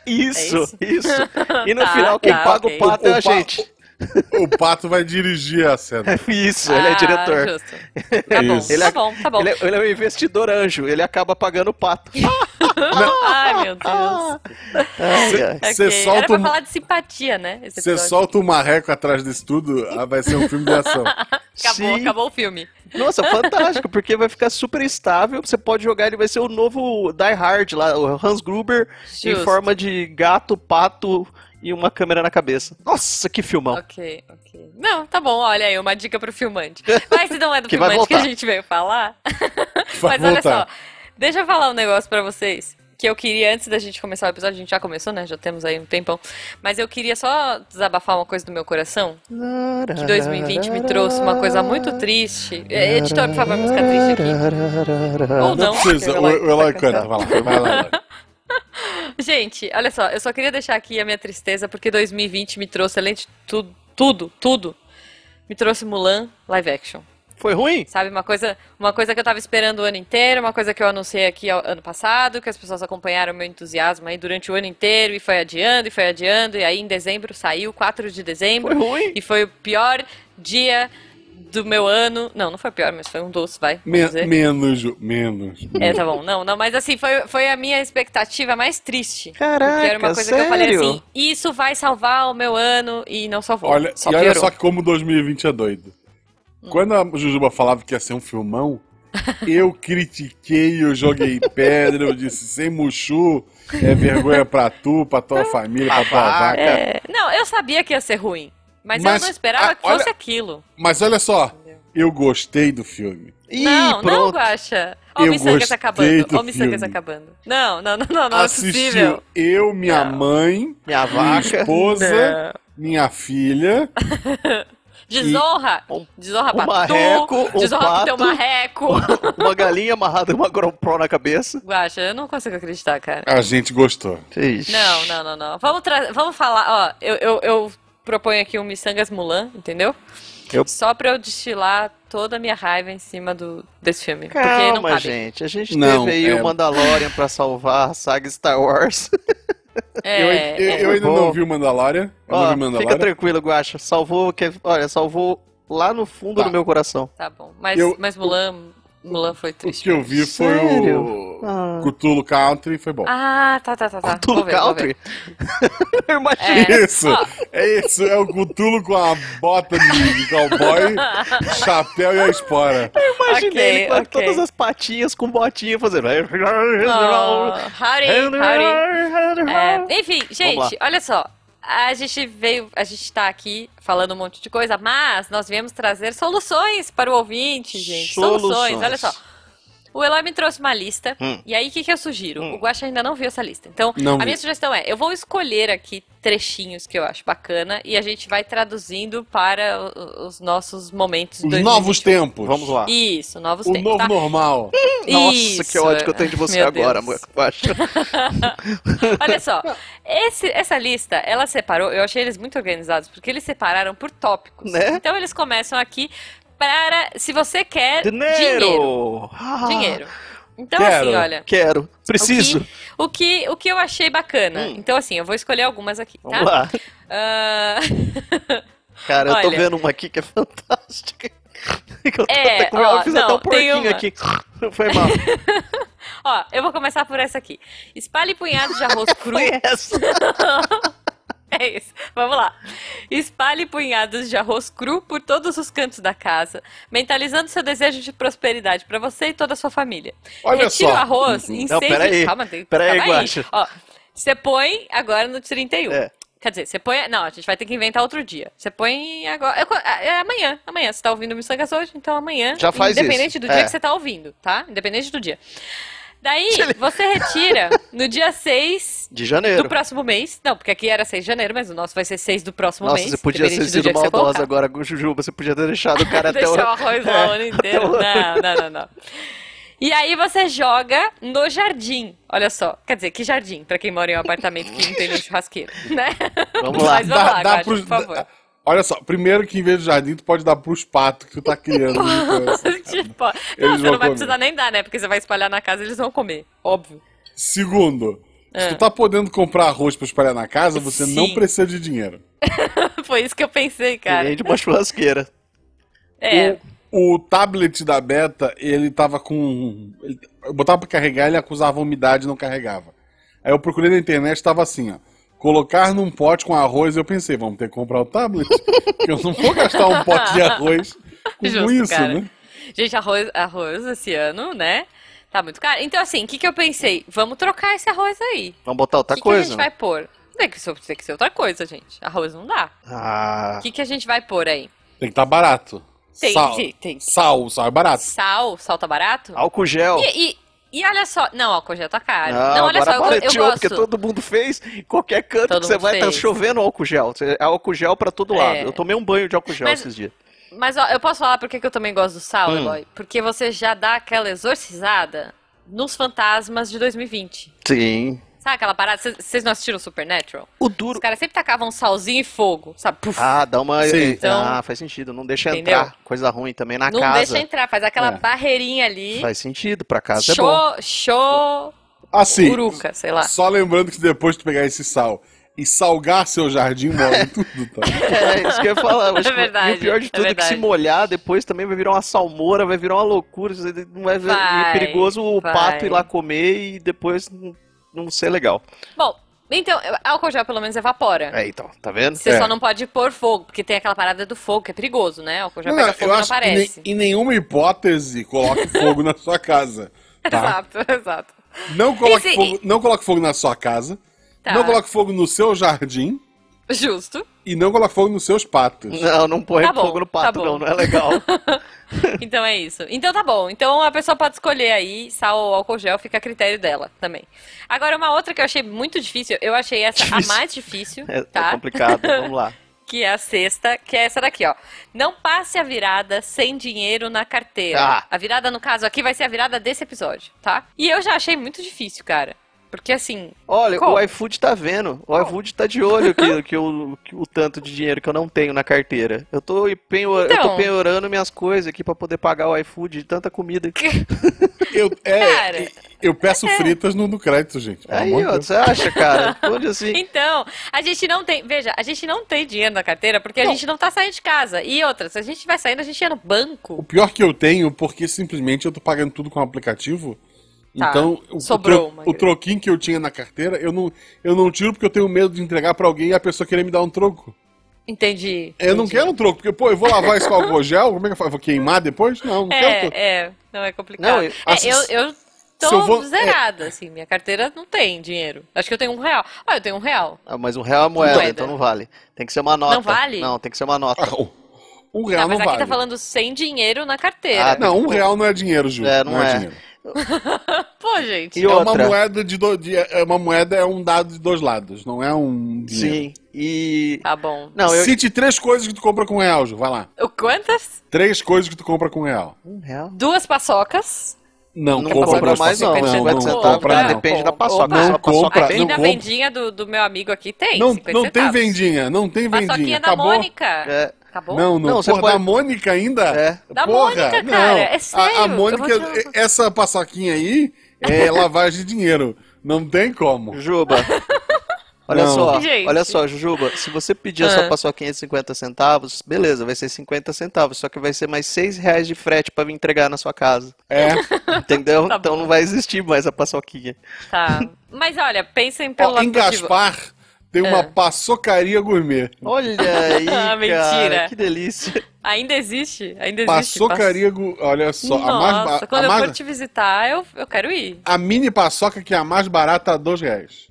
Speaker 3: Isso, isso.
Speaker 1: [LAUGHS]
Speaker 3: E no
Speaker 1: É Tá,
Speaker 3: final, quem
Speaker 1: tá,
Speaker 3: paga
Speaker 1: ok.
Speaker 3: o pato é
Speaker 2: O
Speaker 3: a
Speaker 2: pato-
Speaker 3: gente.
Speaker 2: O pato vai dirigir a cena.
Speaker 3: [LAUGHS] Isso, ele é
Speaker 1: Ah,
Speaker 3: diretor.
Speaker 1: justo.
Speaker 3: [LAUGHS]
Speaker 1: Tá bom,
Speaker 2: Isso.
Speaker 1: tá
Speaker 3: Ele é-
Speaker 1: bom, tá bom.
Speaker 3: Ele
Speaker 1: [LAUGHS]
Speaker 3: é, ele é um investidor anjo, ele acaba pagando o pato.
Speaker 1: Ai, meu Deus.
Speaker 3: Ai, ai.
Speaker 1: [LAUGHS]
Speaker 2: Você
Speaker 1: Ok,
Speaker 2: solta
Speaker 1: Era pra
Speaker 2: um-
Speaker 1: falar de simpatia, né? esse
Speaker 2: Você
Speaker 1: episódio.
Speaker 2: solta o marreco atrás disso tudo, ah, vai ser um filme de
Speaker 1: [LAUGHS]
Speaker 2: ação.
Speaker 1: Acabou,
Speaker 3: Sim.
Speaker 1: acabou o filme.
Speaker 3: Nossa, fantástico, porque vai ficar super estável, você pode jogar, ele vai ser o novo Die Hard lá, o Hans Gruber, em
Speaker 1: Justo.
Speaker 3: forma de gato, pato e uma câmera na cabeça. Nossa, que filmão.
Speaker 1: Ok, ok. Não, tá bom, olha aí, uma dica pro filmante. Mas se não é do
Speaker 3: [LAUGHS] Que vai
Speaker 1: filmante que a
Speaker 3: voltar.
Speaker 1: gente veio
Speaker 3: [LAUGHS]
Speaker 1: falar. [LAUGHS]
Speaker 2: Vai
Speaker 1: Mas olha só,
Speaker 2: voltar.
Speaker 1: deixa eu falar um negócio pra vocês. Que eu queria, antes da gente começar o episódio, a gente já começou, né? Já temos aí um tempão. Mas eu queria só desabafar uma coisa do meu coração. Que 2020 me trouxe uma coisa muito triste. É, Editor, por favor, música triste aqui. Ou
Speaker 2: Não,
Speaker 1: não,
Speaker 2: precisa,
Speaker 1: porque
Speaker 2: o,
Speaker 1: o Eloy
Speaker 2: o Eloy
Speaker 1: vai
Speaker 2: canta, vai lá. Vai lá Eloy.
Speaker 1: Gente, olha só, eu só queria deixar aqui a minha tristeza, porque 2020 me trouxe, além de tudo, tudo, tudo, me trouxe Mulan live action.
Speaker 3: Foi ruim?
Speaker 1: Sabe, uma coisa, uma coisa que eu tava esperando o ano inteiro, uma coisa que eu anunciei aqui ao- ano passado, que as pessoas acompanharam o meu entusiasmo aí durante o ano inteiro e foi adiando e foi adiando, e aí em dezembro saiu, 4 de
Speaker 3: Foi
Speaker 1: dezembro,
Speaker 3: ruim?
Speaker 1: e foi o pior dia do meu ano. Não, não foi o pior, mas foi um doce, vai. vamos
Speaker 2: Men
Speaker 1: dizer.
Speaker 2: menos, Ju, menos.
Speaker 1: É, tá bom. Não, não, mas assim, foi, foi a minha expectativa mais triste.
Speaker 3: Caraca,
Speaker 1: Porque era uma coisa que eu falei
Speaker 3: sério?
Speaker 1: assim, isso vai salvar o meu ano e não salvou.
Speaker 2: Olha,
Speaker 1: só
Speaker 2: e olha
Speaker 1: piorou. Hum.
Speaker 2: só como 2020 é doido. Quando a Jujuba falava que ia ser
Speaker 1: [LAUGHS]
Speaker 2: um filmão, eu critiquei, eu joguei pedra, eu disse sem muxu, é vergonha pra tu, pra tua família, pra tua
Speaker 3: Babaca.
Speaker 2: vaca.
Speaker 1: É, não, eu sabia que ia ser ruim. Mas,
Speaker 2: Mas,
Speaker 1: eu não esperava
Speaker 2: ah,
Speaker 1: que fosse
Speaker 2: olha-
Speaker 1: aquilo.
Speaker 2: Mas olha só, eu gostei do filme.
Speaker 3: Ih,
Speaker 1: não, não,
Speaker 3: pronto.
Speaker 1: Guaxa. Ó, o
Speaker 2: Eu
Speaker 1: Missangas
Speaker 2: gostei
Speaker 1: acabando.
Speaker 2: do
Speaker 1: Ó, o Missangas
Speaker 2: filme.
Speaker 1: acabando. Não, não, não, não, não é
Speaker 2: Assistiu
Speaker 1: possível.
Speaker 2: eu, minha
Speaker 1: Não.
Speaker 2: mãe, minha
Speaker 3: Minha vaca.
Speaker 2: esposa,
Speaker 1: Não.
Speaker 2: minha filha.
Speaker 1: Desonra.
Speaker 3: Um-
Speaker 1: Desonra
Speaker 3: um
Speaker 1: pra
Speaker 3: marreco,
Speaker 1: tu.
Speaker 3: um
Speaker 1: desonra pro teu
Speaker 2: [LAUGHS]
Speaker 3: pato.
Speaker 1: marreco.
Speaker 3: uma galinha amarrada e uma GoPro na cabeça.
Speaker 1: Guaxa, eu não consigo acreditar, cara.
Speaker 2: A gente gostou.
Speaker 1: Não, não, não, não. Vamos, tra- vamos falar, ó, eu, eu, eu proponho aqui um Missangas Mulan, entendeu?
Speaker 3: Eu-
Speaker 1: Só pra eu destilar toda a minha raiva em cima do, desse filme. porque não
Speaker 3: Calma,
Speaker 1: cabe.
Speaker 3: gente. A gente
Speaker 2: Não,
Speaker 3: teve aí
Speaker 2: é-
Speaker 3: o Mandalorian pra salvar a saga Star Wars.
Speaker 1: É,
Speaker 2: eu, eu-
Speaker 1: é.
Speaker 2: eu ainda
Speaker 3: Bom.
Speaker 2: não vi o Mandalorian. Eu não
Speaker 3: Ó,
Speaker 2: vi o
Speaker 3: fica
Speaker 2: Mandalorian.
Speaker 3: tranquilo, Guaxa. Salvou, que... olha, salvou lá no fundo
Speaker 2: Tá.
Speaker 3: do meu coração.
Speaker 1: Tá bom. Mas,
Speaker 2: Eu-
Speaker 1: mas Mulan, Mulan foi
Speaker 2: O
Speaker 1: triste.
Speaker 2: que eu vi foi
Speaker 3: Sério?
Speaker 2: o Cthulhu Country, foi [LAUGHS] bom.
Speaker 1: Ah, tá, tá, tá, tá.
Speaker 3: Tudo
Speaker 1: Vou ver, vou ver.
Speaker 3: country? [LAUGHS] Eu imaginei.
Speaker 1: É.
Speaker 2: Isso, é isso, é o Cthulhu com a bota de de cowboy, chapéu e a espora.
Speaker 3: imaginei ele com
Speaker 1: Ok, ok.
Speaker 3: todas as patinhas com botinha fazendo.
Speaker 1: Oh, howdy, howdy. É, enfim, gente, olha só. A gente veio, a gente tá aqui falando um monte de coisa, mas nós viemos trazer soluções para o ouvinte, É, gente. soluções olha só. O Eloy me trouxe uma lista.
Speaker 3: Hum.
Speaker 1: E aí, o que, que eu sugiro?
Speaker 3: Hum.
Speaker 1: O Guaxa ainda não viu essa lista. Então,
Speaker 2: Não
Speaker 1: a
Speaker 2: vi.
Speaker 1: minha sugestão é: eu vou escolher aqui trechinhos que eu acho bacana e a gente vai traduzindo para o- os nossos momentos.
Speaker 2: Os
Speaker 1: 2020.
Speaker 2: novos tempos.
Speaker 3: Vamos lá.
Speaker 1: Isso, novos
Speaker 2: O
Speaker 1: tempos.
Speaker 2: novo
Speaker 1: Tá?
Speaker 2: normal.
Speaker 3: Nossa, que
Speaker 1: Isso,
Speaker 3: ódio que eu tenho de você
Speaker 1: meu
Speaker 3: agora,
Speaker 1: Deus. [LAUGHS]
Speaker 3: Guaxa.
Speaker 1: Olha
Speaker 3: [LAUGHS]
Speaker 1: só, esse- essa lista, ela separou, eu achei eles muito organizados, porque eles separaram por tópicos.
Speaker 3: Né?
Speaker 1: Então eles começam aqui para, se você quer, dinheiro.
Speaker 3: Dinheiro! Ah,
Speaker 1: Dinheiro. Então
Speaker 2: Quero.
Speaker 1: assim, olha,
Speaker 3: Quero. Preciso.
Speaker 1: o que, o que eu achei bacana.
Speaker 3: Hum.
Speaker 1: Então assim, eu vou escolher algumas aqui, tá?
Speaker 3: Vamos lá.
Speaker 1: Ah, [LAUGHS]
Speaker 3: Cara, eu tô
Speaker 1: Olha.
Speaker 3: vendo uma aqui que é fantástica. [LAUGHS] Que eu, tô
Speaker 1: É,
Speaker 3: até com- eu
Speaker 1: ó,
Speaker 3: fiz até
Speaker 1: não,
Speaker 3: um porquinho
Speaker 1: tem uma.
Speaker 3: aqui. [LAUGHS] Foi
Speaker 1: [LAUGHS]
Speaker 3: mal.
Speaker 1: Ó, eu vou começar por essa aqui. Espalhe punhados de
Speaker 3: [LAUGHS]
Speaker 1: arroz cru.
Speaker 3: Foi essa.
Speaker 1: [LAUGHS] É isso. Vamos lá. Espalhe punhados de arroz cru por todos os cantos da casa, mentalizando seu desejo de prosperidade pra você e toda a sua família.
Speaker 2: Olha
Speaker 1: Retire
Speaker 2: só.
Speaker 1: o arroz e
Speaker 3: Uhum. Não,
Speaker 1: incendiar.
Speaker 3: peraí.
Speaker 1: Calma, tem...
Speaker 3: Peraí,
Speaker 1: calma aí.
Speaker 3: Guaxa.
Speaker 1: Ó, você põe agora no 31.
Speaker 3: É.
Speaker 1: Quer dizer, você põe. Não, a gente vai ter que inventar outro dia. Você põe agora. é co- É amanhã. Amanhã. Você tá ouvindo o Missangas hoje, então amanhã.
Speaker 3: Já faz isso.
Speaker 1: Independente do dia
Speaker 3: É.
Speaker 1: que você tá ouvindo, tá? Independente do dia.
Speaker 3: [LAUGHS]
Speaker 1: Daí, você retira no dia 6
Speaker 3: De
Speaker 1: do
Speaker 3: janeiro.
Speaker 1: próximo mês. Não, porque aqui era 6 de janeiro, mas o nosso vai ser 6 do próximo
Speaker 3: Nossa,
Speaker 1: mês.
Speaker 3: você podia
Speaker 1: independente
Speaker 3: ter
Speaker 1: do
Speaker 3: sido
Speaker 1: dia que você
Speaker 3: maldosa
Speaker 1: colocar.
Speaker 3: agora com o Jujuba. Você podia ter deixado
Speaker 1: [LAUGHS]
Speaker 3: o cara [LAUGHS] até
Speaker 1: Deixar
Speaker 3: o...
Speaker 1: o arroz lá o ano inteiro.
Speaker 3: o-
Speaker 1: Não, não, não, não. E aí você joga no jardim. Olha só. Quer dizer, que jardim? Pra quem mora em um apartamento que não tem nem
Speaker 3: [LAUGHS]
Speaker 1: churrasqueiro, né?
Speaker 3: Vamos lá.
Speaker 1: Mas vamos lá, Guaxa,
Speaker 2: pros-
Speaker 1: por favor.
Speaker 2: dá- Olha só, primeiro que em vez de jardim, tu pode dar pros patos que tu tá criando.
Speaker 1: [LAUGHS] tipo,
Speaker 2: vão
Speaker 1: não, você não
Speaker 2: comer.
Speaker 1: vai precisar nem dar, né? Porque você vai espalhar na casa e eles vão comer. Óbvio. [LAUGHS]
Speaker 2: Segundo, se tu tá podendo comprar arroz pra espalhar na casa, você não
Speaker 1: Ah. Sim.
Speaker 2: precisa de dinheiro.
Speaker 1: Foi isso que eu pensei, cara.
Speaker 3: Ganhei de uma churrasqueira.
Speaker 1: É.
Speaker 2: O, o tablet da Beta, ele tava com. ele- eu botava pra carregar, ele acusava umidade e não carregava. Aí eu procurei na internet, tava assim, ó. Colocar num pote com arroz, eu pensei, vamos ter que comprar o tablet. [LAUGHS] porque eu não vou gastar um pote de arroz com
Speaker 1: Justo,
Speaker 2: isso,
Speaker 1: cara.
Speaker 2: né?
Speaker 1: Gente, arroz, arroz esse ano, né? Tá muito caro. Então, assim, o que, que eu pensei? Vamos trocar esse arroz aí.
Speaker 3: Vamos botar
Speaker 1: O
Speaker 3: outra
Speaker 1: que, que a
Speaker 3: coisa? né?
Speaker 1: gente vai pôr? Tem que, ser- tem que ser outra coisa, gente. Arroz não dá.
Speaker 3: Ah,
Speaker 1: O que, que a gente vai pôr aí?
Speaker 2: Tem que estar barato.
Speaker 1: Tem
Speaker 2: sal,
Speaker 1: que- tem que-
Speaker 2: sal, sal é barato.
Speaker 1: Sal? Sal tá barato?
Speaker 3: álcool gel.
Speaker 1: E, e, e olha só. Não, álcool gel tá caro.
Speaker 3: Não,
Speaker 1: Não, olha
Speaker 3: agora
Speaker 1: só, eu, eu
Speaker 3: barateou,
Speaker 1: gosto.
Speaker 3: porque todo mundo fez. Em qualquer canto
Speaker 1: Todo
Speaker 3: que você
Speaker 1: mundo
Speaker 3: vai, tá
Speaker 1: fez.
Speaker 3: chovendo álcool gel. Cê- É álcool gel pra todo
Speaker 1: É.
Speaker 3: lado. Eu tomei um banho de álcool gel
Speaker 1: Mas-
Speaker 3: esses dias.
Speaker 1: Mas ó, eu posso falar porque que eu também gosto do sal,
Speaker 3: Hum.
Speaker 1: Eloy? Porque você já dá aquela exorcizada nos fantasmas de 2020.
Speaker 3: Sim.
Speaker 1: Sabe aquela parada? Vocês- Vocês não assistiram Supernatural?
Speaker 3: O
Speaker 1: Os
Speaker 3: duro...
Speaker 1: caras sempre tacavam um salzinho e fogo, sabe? Puf.
Speaker 3: Ah, dá uma...
Speaker 2: Sim.
Speaker 1: Então-
Speaker 3: Ah, faz sentido. Não deixa
Speaker 1: Entendeu?
Speaker 3: entrar coisa ruim também na
Speaker 1: não
Speaker 3: casa.
Speaker 1: deixa entrar, faz aquela
Speaker 2: É.
Speaker 1: barreirinha ali.
Speaker 3: Faz sentido, pra casa é bom.
Speaker 1: show, show,
Speaker 2: Assim,
Speaker 1: uruca, sei lá.
Speaker 2: só lembrando que depois de pegar esse sal e salgar seu jardim, morre tudo, tá?
Speaker 3: É, isso que eu ia falar. Eu acho
Speaker 1: É
Speaker 3: que-
Speaker 1: verdade,
Speaker 3: e o pior de
Speaker 1: é
Speaker 3: tudo é, que se
Speaker 1: verdade.
Speaker 3: molhar depois também vai virar uma salmoura, vai virar uma loucura. você Não vai,
Speaker 1: Vai,
Speaker 3: e é perigoso o
Speaker 1: vai.
Speaker 3: pato ir lá comer e depois não, não ser legal.
Speaker 1: Bom, então, álcool gel pelo menos evapora.
Speaker 3: É, então, tá vendo?
Speaker 1: Você
Speaker 2: É.
Speaker 1: só não pode pôr fogo, porque tem aquela parada do fogo, que é perigoso, né? Álcool gel
Speaker 2: Não,
Speaker 1: pega fogo e não
Speaker 2: que em ne-
Speaker 1: aparece.
Speaker 2: em nenhuma hipótese coloque fogo na
Speaker 1: [LAUGHS]
Speaker 2: sua casa. Tá?
Speaker 1: Exato, [LAUGHS] exato.
Speaker 2: Não, coloque
Speaker 1: Esse-
Speaker 2: fogo, não coloque fogo na sua casa.
Speaker 1: Tá.
Speaker 2: Não coloque fogo no seu jardim.
Speaker 1: Justo.
Speaker 2: E não coloque fogo nos seus patos.
Speaker 3: Não, não põe
Speaker 1: Tá bom,
Speaker 3: fogo no
Speaker 1: tá
Speaker 3: pato,
Speaker 1: bom.
Speaker 3: não, não
Speaker 1: [LAUGHS]
Speaker 3: é legal.
Speaker 1: Então é isso. Então tá bom. Então a pessoa pode escolher aí sal ou álcool gel, fica a critério dela também. Agora, uma outra que eu achei muito difícil, eu achei essa
Speaker 3: Difícil.
Speaker 1: a mais difícil,
Speaker 3: [LAUGHS] É, é
Speaker 1: tá?
Speaker 3: complicado, vamos lá.
Speaker 1: que é a sexta, que é essa daqui, ó. Não passe a virada sem dinheiro na carteira.
Speaker 3: Ah.
Speaker 1: A virada, no caso, aqui vai ser a virada desse episódio, tá? E eu já achei muito difícil, cara. Porque assim,
Speaker 3: Olha,
Speaker 1: Qual?
Speaker 3: o iFood tá vendo. O iFood tá de olho que, que, eu, que o tanto de dinheiro que eu não tenho na carteira. Eu tô, empenho, eu tô
Speaker 1: Então.
Speaker 3: penhorando minhas coisas aqui pra poder pagar o iFood de
Speaker 1: [LAUGHS]
Speaker 3: tanta comida.
Speaker 2: Eu, é,
Speaker 1: Cara.
Speaker 2: e- eu peço fritas no, no crédito, gente. pelo
Speaker 3: Aí,
Speaker 2: amor de
Speaker 3: ó,
Speaker 2: Deus.
Speaker 3: você acha, cara? Onde assim?
Speaker 1: então, a gente não tem, veja, a gente não tem dinheiro na carteira porque a gente não tá saindo de casa. E outra, se a gente vai saindo, a gente ia no
Speaker 2: O
Speaker 1: banco.
Speaker 2: pior que eu tenho, porque simplesmente eu tô pagando tudo com o aplicativo.
Speaker 1: Tá,
Speaker 2: Então, o,
Speaker 1: sobrou
Speaker 2: o,
Speaker 1: uma
Speaker 2: tro- o
Speaker 1: grana.
Speaker 2: troquinho que eu tinha na carteira, eu não, eu não tiro porque eu tenho medo de entregar pra alguém e a pessoa querer me dar um troco.
Speaker 1: Entendi.
Speaker 2: Eu não
Speaker 1: entendi.
Speaker 2: quero um troco, porque, pô, eu vou lavar isso com álcool gel, como é que eu faço? Eu Vou queimar depois? Não, não quero troco.
Speaker 1: É, é, não é complicado.
Speaker 3: Não, eu-
Speaker 1: eu,
Speaker 2: assim,
Speaker 1: é, eu, eu
Speaker 2: se
Speaker 1: tô
Speaker 2: eu vou- é
Speaker 1: zerada, assim, minha carteira não tem dinheiro. Acho que eu tenho um real. Ah, eu tenho um real.
Speaker 3: Ah, mas um real é moeda,
Speaker 1: Moeda.
Speaker 3: então não vale. Tem que ser uma nota.
Speaker 1: vale?
Speaker 3: Não, tem que ser uma nota.
Speaker 2: Ah, um- um real
Speaker 1: não, mas
Speaker 2: não,
Speaker 1: aqui
Speaker 2: vale.
Speaker 1: tá falando sem dinheiro na carteira.
Speaker 3: Ah,
Speaker 2: Não, um real não é dinheiro, Ju.
Speaker 3: É, não é.
Speaker 2: dinheiro.
Speaker 1: [LAUGHS] Pô, gente.
Speaker 3: E
Speaker 2: É uma
Speaker 3: outra?
Speaker 2: moeda de, do, de- é uma moeda é um dado de dois lados, não é um dinheiro.
Speaker 3: Sim. E.
Speaker 1: Tá bom.
Speaker 3: Não, eu.
Speaker 2: Cite três coisas que tu compra com real, Ju. Vai lá.
Speaker 1: O quantas?
Speaker 2: Três coisas que tu compra com real.
Speaker 3: Um real?
Speaker 1: Duas paçocas.
Speaker 2: Não,
Speaker 3: Não
Speaker 2: compra
Speaker 3: compra
Speaker 2: duas
Speaker 3: mais, não,
Speaker 2: paçocas.
Speaker 3: é
Speaker 2: Não,
Speaker 3: 50
Speaker 2: não
Speaker 3: centavos,
Speaker 2: compra,
Speaker 3: né?
Speaker 2: não.
Speaker 3: Depende da
Speaker 1: Opa.
Speaker 3: paçoca.
Speaker 2: Não
Speaker 3: só a paçoca é
Speaker 2: compra,
Speaker 1: Aqui
Speaker 2: não
Speaker 1: na
Speaker 2: compra.
Speaker 1: vendinha do, do meu amigo aqui tem.
Speaker 2: Não,
Speaker 1: 50
Speaker 2: não tem
Speaker 1: centavos.
Speaker 2: vendinha, não tem vendinha.
Speaker 1: Paçoquinha da
Speaker 2: Acabou.
Speaker 1: Mônica.
Speaker 3: É.
Speaker 1: Acabou?
Speaker 2: Não, não.
Speaker 3: Não,
Speaker 2: não
Speaker 3: você
Speaker 2: Porra,
Speaker 3: pode-
Speaker 2: da Mônica ainda?
Speaker 3: É.
Speaker 1: Da
Speaker 2: Porra,
Speaker 1: Mônica,
Speaker 2: não.
Speaker 1: cara, é
Speaker 2: A-
Speaker 1: sério,
Speaker 2: A,
Speaker 1: eu vou
Speaker 2: Mônica,
Speaker 1: tirar uma foto. [LAUGHS]
Speaker 2: essa paçoquinha aí é lavagem de dinheiro. Não tem como.
Speaker 3: Juba. Olha
Speaker 2: Não.
Speaker 3: só,
Speaker 1: Gente.
Speaker 3: olha só, Jujuba, se você pedir a
Speaker 1: Ah.
Speaker 3: sua paçoquinha de 50 centavos, beleza, vai ser 50 centavos, só que vai ser mais 6 reais de frete pra vir entregar na sua
Speaker 1: [LAUGHS]
Speaker 3: casa,
Speaker 2: É.
Speaker 3: entendeu?
Speaker 1: Tá
Speaker 3: então não vai existir mais a paçoquinha.
Speaker 1: Tá. Mas olha, pensem pelo
Speaker 2: Ó,
Speaker 1: lado
Speaker 2: em
Speaker 1: positivo.
Speaker 2: Gaspar tem uma
Speaker 1: É.
Speaker 2: paçocaria gourmet.
Speaker 1: [LAUGHS]
Speaker 3: Olha aí,
Speaker 1: Ah,
Speaker 3: cara,
Speaker 1: mentira.
Speaker 3: que delícia.
Speaker 1: Ainda existe? Ainda existe.
Speaker 2: Paçocaria gourmet. Olha só, a, mais,
Speaker 1: Nossa,
Speaker 2: ba-
Speaker 1: quando
Speaker 2: a,
Speaker 1: eu
Speaker 2: mais-
Speaker 1: for te visitar, eu, eu quero ir.
Speaker 2: a mini paçoca que é a mais barata a dois reais.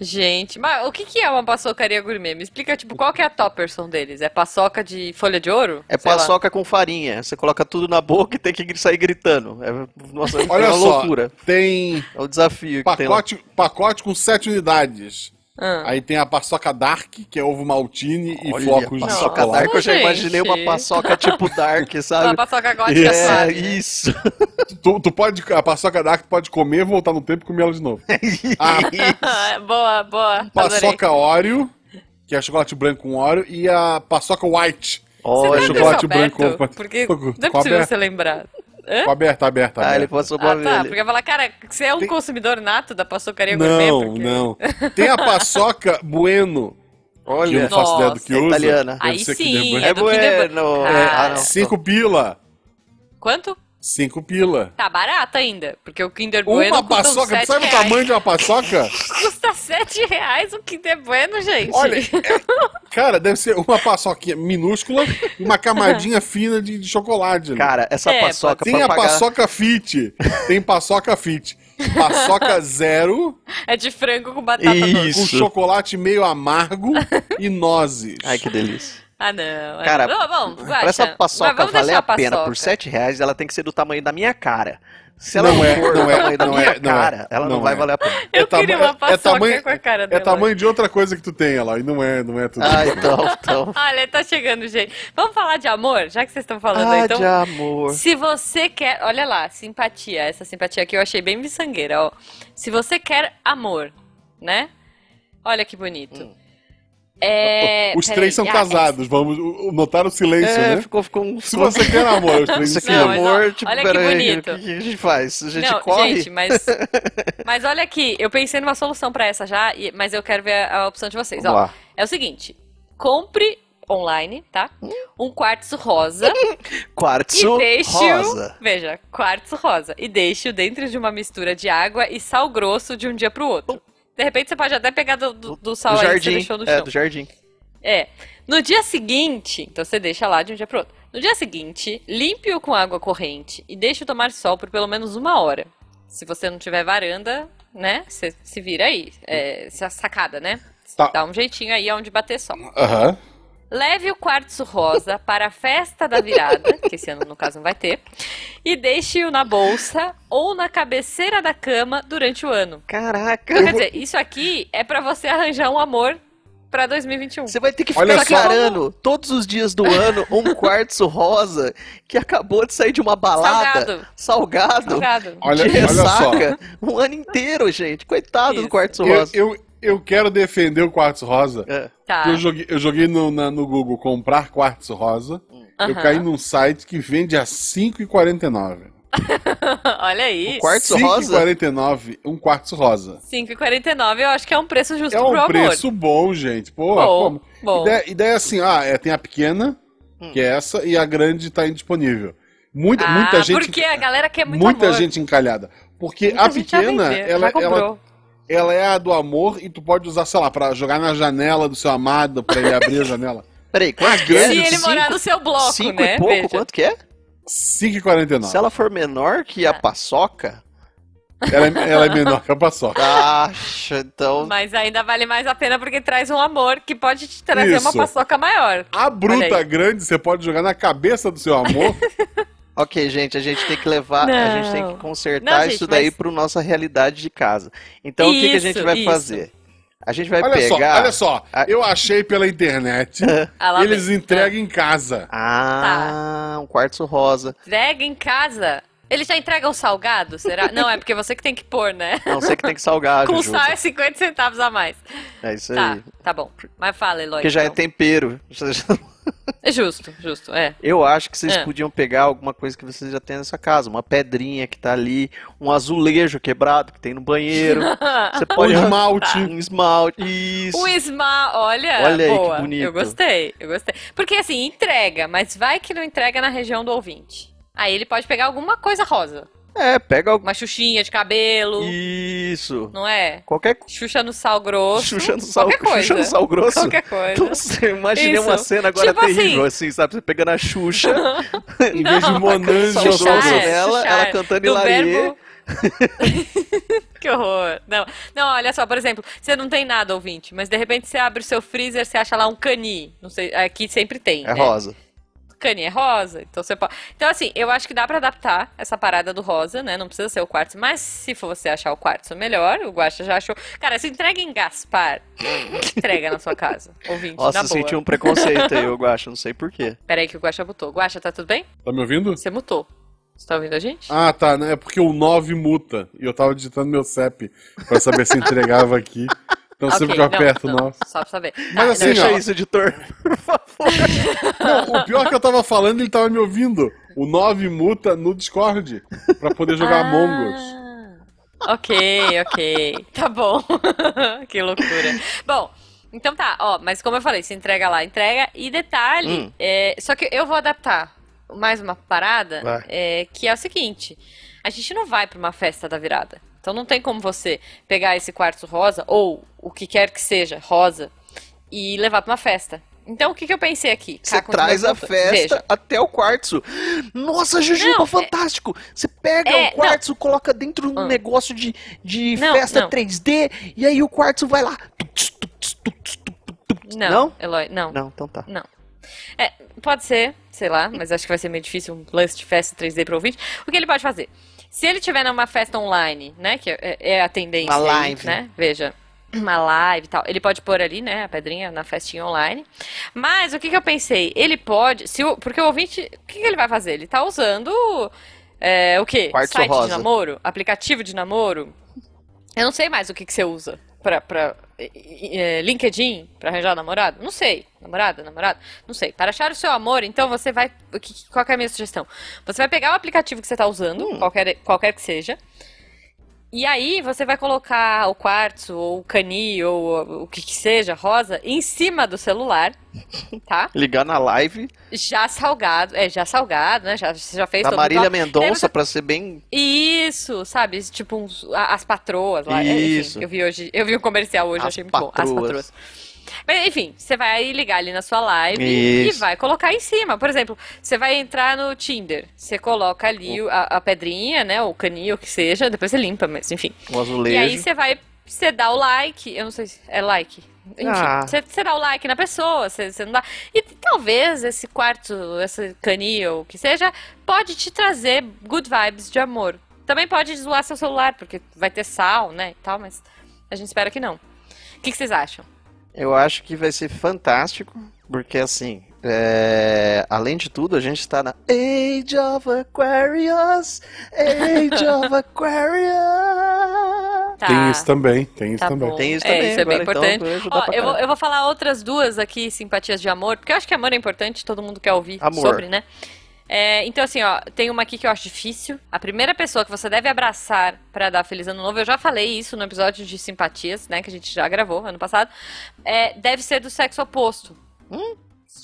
Speaker 1: Gente, mas o que, que é uma paçocaria gourmet? Me explica, tipo, qual que é a topperson deles? É paçoca de folha de ouro?
Speaker 3: É
Speaker 1: Sei lá.
Speaker 3: paçoca com farinha, você coloca tudo na boca e tem que gri- sair gritando. É, nossa, é
Speaker 2: Olha
Speaker 3: uma
Speaker 2: só,
Speaker 3: loucura.
Speaker 2: tem
Speaker 3: É o desafio que tem lá.
Speaker 2: pacote, pacote com sete unidades.
Speaker 1: Ah.
Speaker 2: Aí tem a paçoca dark, que é ovo maltine e
Speaker 3: Olha,
Speaker 2: flocos de
Speaker 3: paçoca
Speaker 2: chocolate.
Speaker 3: dark, eu já
Speaker 1: Gente.
Speaker 3: imaginei uma paçoca tipo
Speaker 1: [LAUGHS]
Speaker 3: dark,
Speaker 1: Uma
Speaker 3: sabe?
Speaker 1: paçoca gótica
Speaker 2: Isso.
Speaker 1: suave, né?
Speaker 3: É,
Speaker 2: [LAUGHS]
Speaker 3: isso.
Speaker 2: Tu, tu pode, a paçoca dark tu pode comer, voltar no tempo e comer ela
Speaker 1: [LAUGHS]
Speaker 2: de novo. A
Speaker 1: Ah, boa, boa. Adorei.
Speaker 2: paçoca Oreo, que é chocolate branco com Oreo, e a paçoca white.
Speaker 1: Será
Speaker 2: é
Speaker 1: que
Speaker 3: Olha,
Speaker 2: chocolate
Speaker 1: isso é
Speaker 2: branco,
Speaker 1: aberto?
Speaker 2: mas-
Speaker 1: Porque
Speaker 2: com-
Speaker 1: não é
Speaker 2: com
Speaker 1: possível
Speaker 2: aberto.
Speaker 1: você lembrar. Hã?
Speaker 2: Ficou aberta, aberta,
Speaker 3: Ah, ele
Speaker 2: aberta.
Speaker 3: passou uma
Speaker 1: Ah, tá.
Speaker 3: abelha.
Speaker 1: Porque eu ia falar, cara, você é um consumidor nato da paçocaria gourmet.
Speaker 2: Não,
Speaker 1: porque-
Speaker 2: não.
Speaker 3: [LAUGHS]
Speaker 2: Tem a paçoca bueno, que eu não
Speaker 3: Olha,
Speaker 2: faço ideia do
Speaker 1: Nossa,
Speaker 2: que
Speaker 3: é
Speaker 2: usa.
Speaker 3: italiana.
Speaker 2: Deve
Speaker 1: Aí
Speaker 2: ser que
Speaker 1: sim,
Speaker 2: dê-
Speaker 1: é do Kinder Bueno.
Speaker 3: bueno.
Speaker 1: Cara,
Speaker 3: Ah, não.
Speaker 2: Cinco pila.
Speaker 1: Quanto?
Speaker 2: Cinco pila.
Speaker 1: Tá barato ainda, porque o Kinder Bueno
Speaker 2: Uma
Speaker 1: custa uns
Speaker 2: paçoca,
Speaker 1: sete
Speaker 2: sabe o
Speaker 1: reais.
Speaker 2: tamanho de uma paçoca?
Speaker 1: Custa 7 reais o Kinder Bueno, gente.
Speaker 2: Olha, é- cara, deve ser uma paçoquinha minúscula e
Speaker 1: [LAUGHS]
Speaker 2: uma camadinha fina de, de chocolate. ali.
Speaker 3: Cara, essa
Speaker 1: É,
Speaker 3: paçoca
Speaker 2: tem
Speaker 3: pra
Speaker 2: a
Speaker 3: pagar...
Speaker 2: paçoca fit, tem paçoca fit, paçoca zero
Speaker 1: É de frango com batata doce.
Speaker 3: Isso.
Speaker 2: com chocolate meio amargo e nozes.
Speaker 3: Ai, que delícia.
Speaker 1: Ah, não. é.
Speaker 3: Cara,
Speaker 1: Não, vamos,
Speaker 3: Pra
Speaker 1: Guaxa,
Speaker 3: essa
Speaker 1: mas
Speaker 3: paçoca
Speaker 1: vamos
Speaker 3: valer
Speaker 1: deixar
Speaker 3: a pena
Speaker 1: paçoca.
Speaker 3: por 7 reais, ela tem que ser do tamanho da minha cara. Se ela
Speaker 2: Não é,
Speaker 3: for
Speaker 2: não
Speaker 3: do
Speaker 2: é,
Speaker 3: tamanho da
Speaker 2: não
Speaker 3: minha
Speaker 2: é, não é.
Speaker 3: cara, ela não,
Speaker 2: Não
Speaker 3: vai
Speaker 2: é.
Speaker 3: valer a pena.
Speaker 1: Eu
Speaker 2: tama-
Speaker 1: queria uma paçoca
Speaker 2: tamanho-
Speaker 1: com a cara
Speaker 2: É
Speaker 1: dela.
Speaker 2: tamanho de outra coisa que tu tem, lá e não é, não é tudo.
Speaker 3: Ah, então, então.
Speaker 1: Olha, tá chegando, gente. Vamos falar de amor, já que vocês estão falando aí.
Speaker 3: Ah,
Speaker 1: Então,
Speaker 3: de amor.
Speaker 1: Se você quer, olha lá, simpatia, essa simpatia aqui eu achei bem miçangueira, ó. Se você quer amor, né? Olha que bonito.
Speaker 3: Hum.
Speaker 1: É,
Speaker 2: Os
Speaker 1: peraí,
Speaker 2: três são
Speaker 1: ah,
Speaker 2: casados, vamos o- o- notar o silêncio,
Speaker 3: É,
Speaker 2: né?
Speaker 3: ficou, ficou um...
Speaker 2: Se você quer amor, os três
Speaker 3: [LAUGHS] Isso aqui é
Speaker 1: Não,
Speaker 2: são
Speaker 1: mas
Speaker 3: amor,
Speaker 1: ó,
Speaker 3: tipo,
Speaker 1: olha que
Speaker 3: peraí,
Speaker 1: bonito.
Speaker 3: o que que a gente faz? A gente
Speaker 1: Não,
Speaker 3: corre?
Speaker 1: gente,
Speaker 3: [LAUGHS]
Speaker 1: mas mas olha aqui, eu pensei numa solução pra essa já, e- mas eu quero ver a, a opção de vocês,
Speaker 3: Vamos
Speaker 1: ó.
Speaker 3: lá.
Speaker 1: É o seguinte, compre online, tá?
Speaker 3: Hum.
Speaker 1: Um quartzo rosa
Speaker 3: Quartzo
Speaker 1: e deixe-o,
Speaker 3: rosa.
Speaker 1: veja, quartzo rosa e deixe-o dentro de uma mistura de água e sal grosso de um dia pro outro. De repente você pode até pegar do, do- do sal
Speaker 3: do
Speaker 1: aí
Speaker 3: jardim.
Speaker 1: que você deixou no
Speaker 3: É,
Speaker 1: chão.
Speaker 3: do jardim.
Speaker 1: É. No dia seguinte, então você deixa lá de um dia pro outro. No dia seguinte, limpe-o com água corrente e deixe-o tomar sol por pelo menos uma hora. Se você não tiver varanda, né? Você se vira aí. É, se a sacada, né?
Speaker 2: Tá.
Speaker 1: Dá um jeitinho aí onde bater sol.
Speaker 2: Aham.
Speaker 1: Leve o quartzo rosa para a festa da virada, que esse ano no caso não vai ter, e deixe-o na bolsa ou na cabeceira da cama durante o ano.
Speaker 3: Caraca.
Speaker 1: Quer dizer, isso aqui é pra você arranjar um amor pra 2021.
Speaker 3: Você vai ter que
Speaker 2: Olha
Speaker 3: ficar
Speaker 2: só.
Speaker 3: encarando todos os dias do ano um quartzo rosa que acabou de sair de uma balada
Speaker 1: Tá
Speaker 3: salgado,
Speaker 1: Salgado.
Speaker 2: Olha,
Speaker 3: de
Speaker 2: olha só.
Speaker 3: ressaca um ano inteiro, gente. Coitado
Speaker 1: Isso.
Speaker 3: do quartzo
Speaker 2: Eu,
Speaker 3: rosa.
Speaker 2: eu, eu quero defender o quartzo rosa.
Speaker 3: É.
Speaker 1: Tá.
Speaker 2: Eu joguei, eu joguei no, na- no Google comprar quartzo rosa. Eu
Speaker 1: Aham.
Speaker 2: caí num site que vende a 5,49.
Speaker 1: [LAUGHS] Olha aí.
Speaker 3: O quarto- Quartzo rosa?
Speaker 2: 5,49, um quartzo rosa.
Speaker 1: 5,49 eu acho que é um preço justo
Speaker 2: É
Speaker 1: pro
Speaker 2: um
Speaker 1: amor.
Speaker 2: preço bom, gente. Porra,
Speaker 1: Bom,
Speaker 2: pô.
Speaker 1: bom.
Speaker 2: Ideia, ideia é assim, ah, é, tem a pequena,
Speaker 3: Hum.
Speaker 2: que é essa, e a grande tá indisponível. é Muita,
Speaker 1: Ah,
Speaker 2: muita gente.
Speaker 1: porque a galera quer muito
Speaker 2: muita
Speaker 1: amor.
Speaker 2: gente encalhada. Porque
Speaker 1: Muita
Speaker 2: a
Speaker 1: gente já
Speaker 2: pequena,
Speaker 1: vendeu,
Speaker 2: ela, é
Speaker 1: já
Speaker 2: ela,
Speaker 1: comprou.
Speaker 2: ela é a do amor e tu pode usar, sei lá, pra jogar na janela do seu amado, pra
Speaker 1: [LAUGHS]
Speaker 2: ele abrir a janela.
Speaker 3: Peraí, quanto que
Speaker 2: grande,
Speaker 1: Se Ah, ele morar no seu bloco,
Speaker 3: Cinco
Speaker 1: né?
Speaker 3: e pouco,
Speaker 1: Veja.
Speaker 3: quanto que é?
Speaker 2: 5,49.
Speaker 3: Se ela for menor que
Speaker 1: É. [LAUGHS]
Speaker 3: a paçoca,
Speaker 2: Ela, é- ela é menor que a paçoca.
Speaker 3: acha, então...
Speaker 1: Mas ainda vale mais a pena porque traz um amor que pode te trazer uma
Speaker 2: Isso.
Speaker 1: paçoca maior.
Speaker 2: A
Speaker 1: Olha
Speaker 2: bruta
Speaker 1: aí.
Speaker 2: grande você pode jogar na cabeça do seu amor.
Speaker 3: Ok, gente, a gente tem que levar, a gente tem
Speaker 1: Não.
Speaker 3: que consertar
Speaker 1: Não, gente,
Speaker 3: isso daí
Speaker 1: mas-
Speaker 3: para nossa realidade de casa. Então, o que, que a gente
Speaker 1: Isso,
Speaker 3: vai
Speaker 1: isso.
Speaker 3: fazer? A gente vai
Speaker 2: olha só,
Speaker 3: pegar...
Speaker 2: olha só.
Speaker 3: a-
Speaker 2: Eu achei pela internet.
Speaker 1: Ah, lá
Speaker 2: eles
Speaker 1: vem.
Speaker 2: entregam em casa.
Speaker 3: Ah, um quartzo rosa.
Speaker 1: Entrega em casa. Ele já entrega o salgado,
Speaker 3: [LAUGHS]
Speaker 1: será? Não, é porque você que tem que pôr, né? [LAUGHS]
Speaker 3: Não, você que tem que salgar,
Speaker 1: Com
Speaker 3: Jujuba.
Speaker 1: sal é 50 centavos a mais.
Speaker 3: É isso
Speaker 1: Tá,
Speaker 3: aí.
Speaker 1: tá bom. Mas fala, Eloy.
Speaker 3: Porque já é
Speaker 1: então.
Speaker 3: tempero. [LAUGHS]
Speaker 1: É justo, justo, é.
Speaker 3: Eu acho que vocês
Speaker 1: É.
Speaker 3: podiam pegar alguma coisa que vocês já têm na sua casa. Uma pedrinha que tá ali, um azulejo quebrado que tem
Speaker 1: [LAUGHS]
Speaker 3: no banheiro. Você
Speaker 2: Um
Speaker 3: pode arran-
Speaker 1: Tá.
Speaker 2: esmalte.
Speaker 3: um esmalte. Isso.
Speaker 1: O Isma, olha,
Speaker 3: Olha aí que
Speaker 1: boa.
Speaker 3: bonito.
Speaker 1: Eu gostei, eu gostei. Porque assim, entrega, mas vai que não entrega na região do ouvinte. Aí ele pode pegar alguma coisa rosa.
Speaker 3: É, pega alguma.
Speaker 1: Uma xuxinha de cabelo,
Speaker 3: Isso.
Speaker 1: não é?
Speaker 3: Qualquer coisa.
Speaker 1: Xuxa no sal grosso.
Speaker 3: Xuxa no sal,
Speaker 1: qualquer coisa.
Speaker 3: Xuxa no sal grosso. Então, assim,
Speaker 1: Qualquer coisa.
Speaker 3: Nossa, eu imaginei
Speaker 1: Isso.
Speaker 3: uma cena agora
Speaker 1: Tipo
Speaker 3: terrível, assim. sabe? Você pegando
Speaker 1: [LAUGHS]
Speaker 3: a Xuxa, [LAUGHS]
Speaker 2: Em vez de
Speaker 1: Não,
Speaker 2: Monange, eu sou
Speaker 3: Xuxa,
Speaker 1: Xuxar,
Speaker 3: grosso
Speaker 1: é,
Speaker 3: nela,
Speaker 1: xuxar.
Speaker 3: ela cantando
Speaker 1: Do
Speaker 3: Hilarie. [LAUGHS]
Speaker 1: verbo- [LAUGHS] que horror. Não, não, olha só, por exemplo, você não tem nada, ouvinte, mas de repente você abre o seu freezer, você acha lá um cani. Não sei, aqui sempre tem.
Speaker 3: é
Speaker 1: né?
Speaker 3: rosa.
Speaker 1: Cani é rosa, então você pode. Então, assim, eu acho que dá pra adaptar essa parada do rosa, né? Não precisa ser o quartzo, mas se for você achar o quartzo melhor, o Guaxa já achou. Cara, se entrega em Gaspar, entrega na sua casa, ouvinte,
Speaker 3: Nossa,
Speaker 1: É, na
Speaker 3: eu
Speaker 1: boa.
Speaker 3: senti um preconceito aí, eu acho, não sei porquê.
Speaker 1: Peraí que o Guaxa mutou. Guaxa, tá tudo bem?
Speaker 2: Tá me ouvindo?
Speaker 1: Você mutou. Você tá ouvindo a gente?
Speaker 2: Ah, tá. né? É porque o 9 muta. E eu tava digitando meu CEP pra saber se entregava aqui. Então sempre que eu aperto o
Speaker 1: não,
Speaker 2: 9.
Speaker 1: Só pra saber. Tá,
Speaker 2: Mas assim,
Speaker 1: não,
Speaker 3: Deixa
Speaker 2: ó.
Speaker 3: isso, editor, [LAUGHS] por favor.
Speaker 2: Não, o pior é que eu tava falando, ele tava me ouvindo. O 9 muta no Discord pra poder jogar Among Us.
Speaker 1: Ah, Ok, ok. Tá bom. [LAUGHS] que loucura. Bom, então tá, ó, mas como eu falei, se entrega lá, entrega. E detalhe,
Speaker 3: Hum.
Speaker 1: é, só que eu vou adaptar mais uma parada,
Speaker 3: Vai.
Speaker 1: é, que é o seguinte: a gente não vai pra uma festa da virada. Então não tem como você pegar esse quartzo rosa, ou o que quer que seja, rosa, e levar pra uma festa. Então o que, que eu pensei aqui?
Speaker 3: Você
Speaker 1: Caco, onde
Speaker 3: traz
Speaker 1: nós
Speaker 3: a
Speaker 1: voltamos? Veja.
Speaker 3: festa até o quartzo. Nossa, Jujuba,
Speaker 1: Não, é-
Speaker 3: fantástico! Você pega
Speaker 1: É,
Speaker 3: o quartzo, coloca dentro de um
Speaker 1: Hum.
Speaker 3: negócio de, de
Speaker 1: Não,
Speaker 3: festa
Speaker 1: não.
Speaker 3: 3D, e aí o quartzo vai lá. Tuts, tuts, tuts, tuts, tuts.
Speaker 1: Não,
Speaker 3: Não?
Speaker 1: Eloy, não.
Speaker 3: Não, então tá.
Speaker 1: É, pode ser, sei lá, mas acho que vai ser meio difícil um lance de festa 3D para ouvinte. O que ele pode fazer? Se ele tiver numa festa online, né, que é, é a tendência,
Speaker 3: Uma
Speaker 1: aí,
Speaker 3: live.
Speaker 1: né? Veja, [CLEARS THROAT] uma live e tal. Ele pode pôr ali, né, a pedrinha na festinha online. Mas o que que eu pensei? Ele pode, se o- porque o ouvinte, o que que ele vai fazer? Ele tá usando é, o quê?
Speaker 3: Quartzo
Speaker 1: Site de
Speaker 3: rosa.
Speaker 1: namoro, aplicativo de namoro. Eu não sei mais o que que você usa pra, pra eh, eh, LinkedIn, pra arranjar namorado? Não sei. Namorada, namorado? Não sei. Para achar o seu amor, então você vai. o que- Qual que é a minha sugestão? Você vai pegar o aplicativo que você tá usando,
Speaker 3: Hum.
Speaker 1: qualquer, qualquer que seja. E aí você vai colocar o quartzo, ou o cani, ou o que que seja, rosa, em cima do celular, tá?
Speaker 3: Ligar na live
Speaker 1: Já salgado, é, já salgado, né? Já, você já fez
Speaker 3: da
Speaker 1: todo o
Speaker 3: Marília
Speaker 1: Daí
Speaker 3: Mendonça,
Speaker 1: você-
Speaker 3: pra ser bem.
Speaker 1: isso, sabe? Tipo, uns- a- as patroas lá. É, enfim,
Speaker 3: Isso.
Speaker 1: eu vi hoje, eu vi um comercial hoje,
Speaker 3: As
Speaker 1: achei muito bom. As
Speaker 3: patroas.
Speaker 1: patroas. Mas, enfim, você vai ligar ali na sua live e
Speaker 3: Isso.
Speaker 1: vai colocar em cima. Por exemplo, você vai entrar no Tinder, você coloca ali o- a, a pedrinha, né? O caninho, o que seja, depois você limpa, mas enfim.
Speaker 3: Um azulejo.
Speaker 1: E aí você vai, você dá o like, eu não sei se é like. Enfim,
Speaker 3: Ah.
Speaker 1: você, você dá o like na pessoa, você, você não dá. E t- talvez esse quarto, esse canil, que seja, pode te trazer good vibes de amor. Também pode zoar seu celular, porque vai ter sal, né, e tal, mas a gente espera que não. O que, que vocês acham?
Speaker 3: Eu acho que vai ser fantástico, porque assim, é, além de tudo, a gente tá na Age of Aquarius, Age
Speaker 1: [LAUGHS]
Speaker 3: of Aquarius.
Speaker 1: Tá.
Speaker 2: Tem isso também, tem isso
Speaker 1: Tá
Speaker 2: também.
Speaker 1: bom.
Speaker 3: Tem isso
Speaker 1: É,
Speaker 3: também,
Speaker 1: isso é bem
Speaker 3: agora, então,
Speaker 1: importante.
Speaker 3: vai ajudar
Speaker 1: Ó,
Speaker 3: pra
Speaker 1: eu, vou,
Speaker 3: caralho.
Speaker 1: eu vou falar outras duas aqui, simpatias de amor, porque eu acho que amor é importante, todo mundo quer ouvir
Speaker 3: Amor.
Speaker 1: sobre, né? É, então, assim, ó, tem uma aqui que eu acho difícil. A primeira pessoa que você deve abraçar pra dar feliz ano novo, eu já falei isso no episódio de simpatias, né, que a gente já gravou ano passado, é, deve ser do sexo oposto.
Speaker 3: Hum?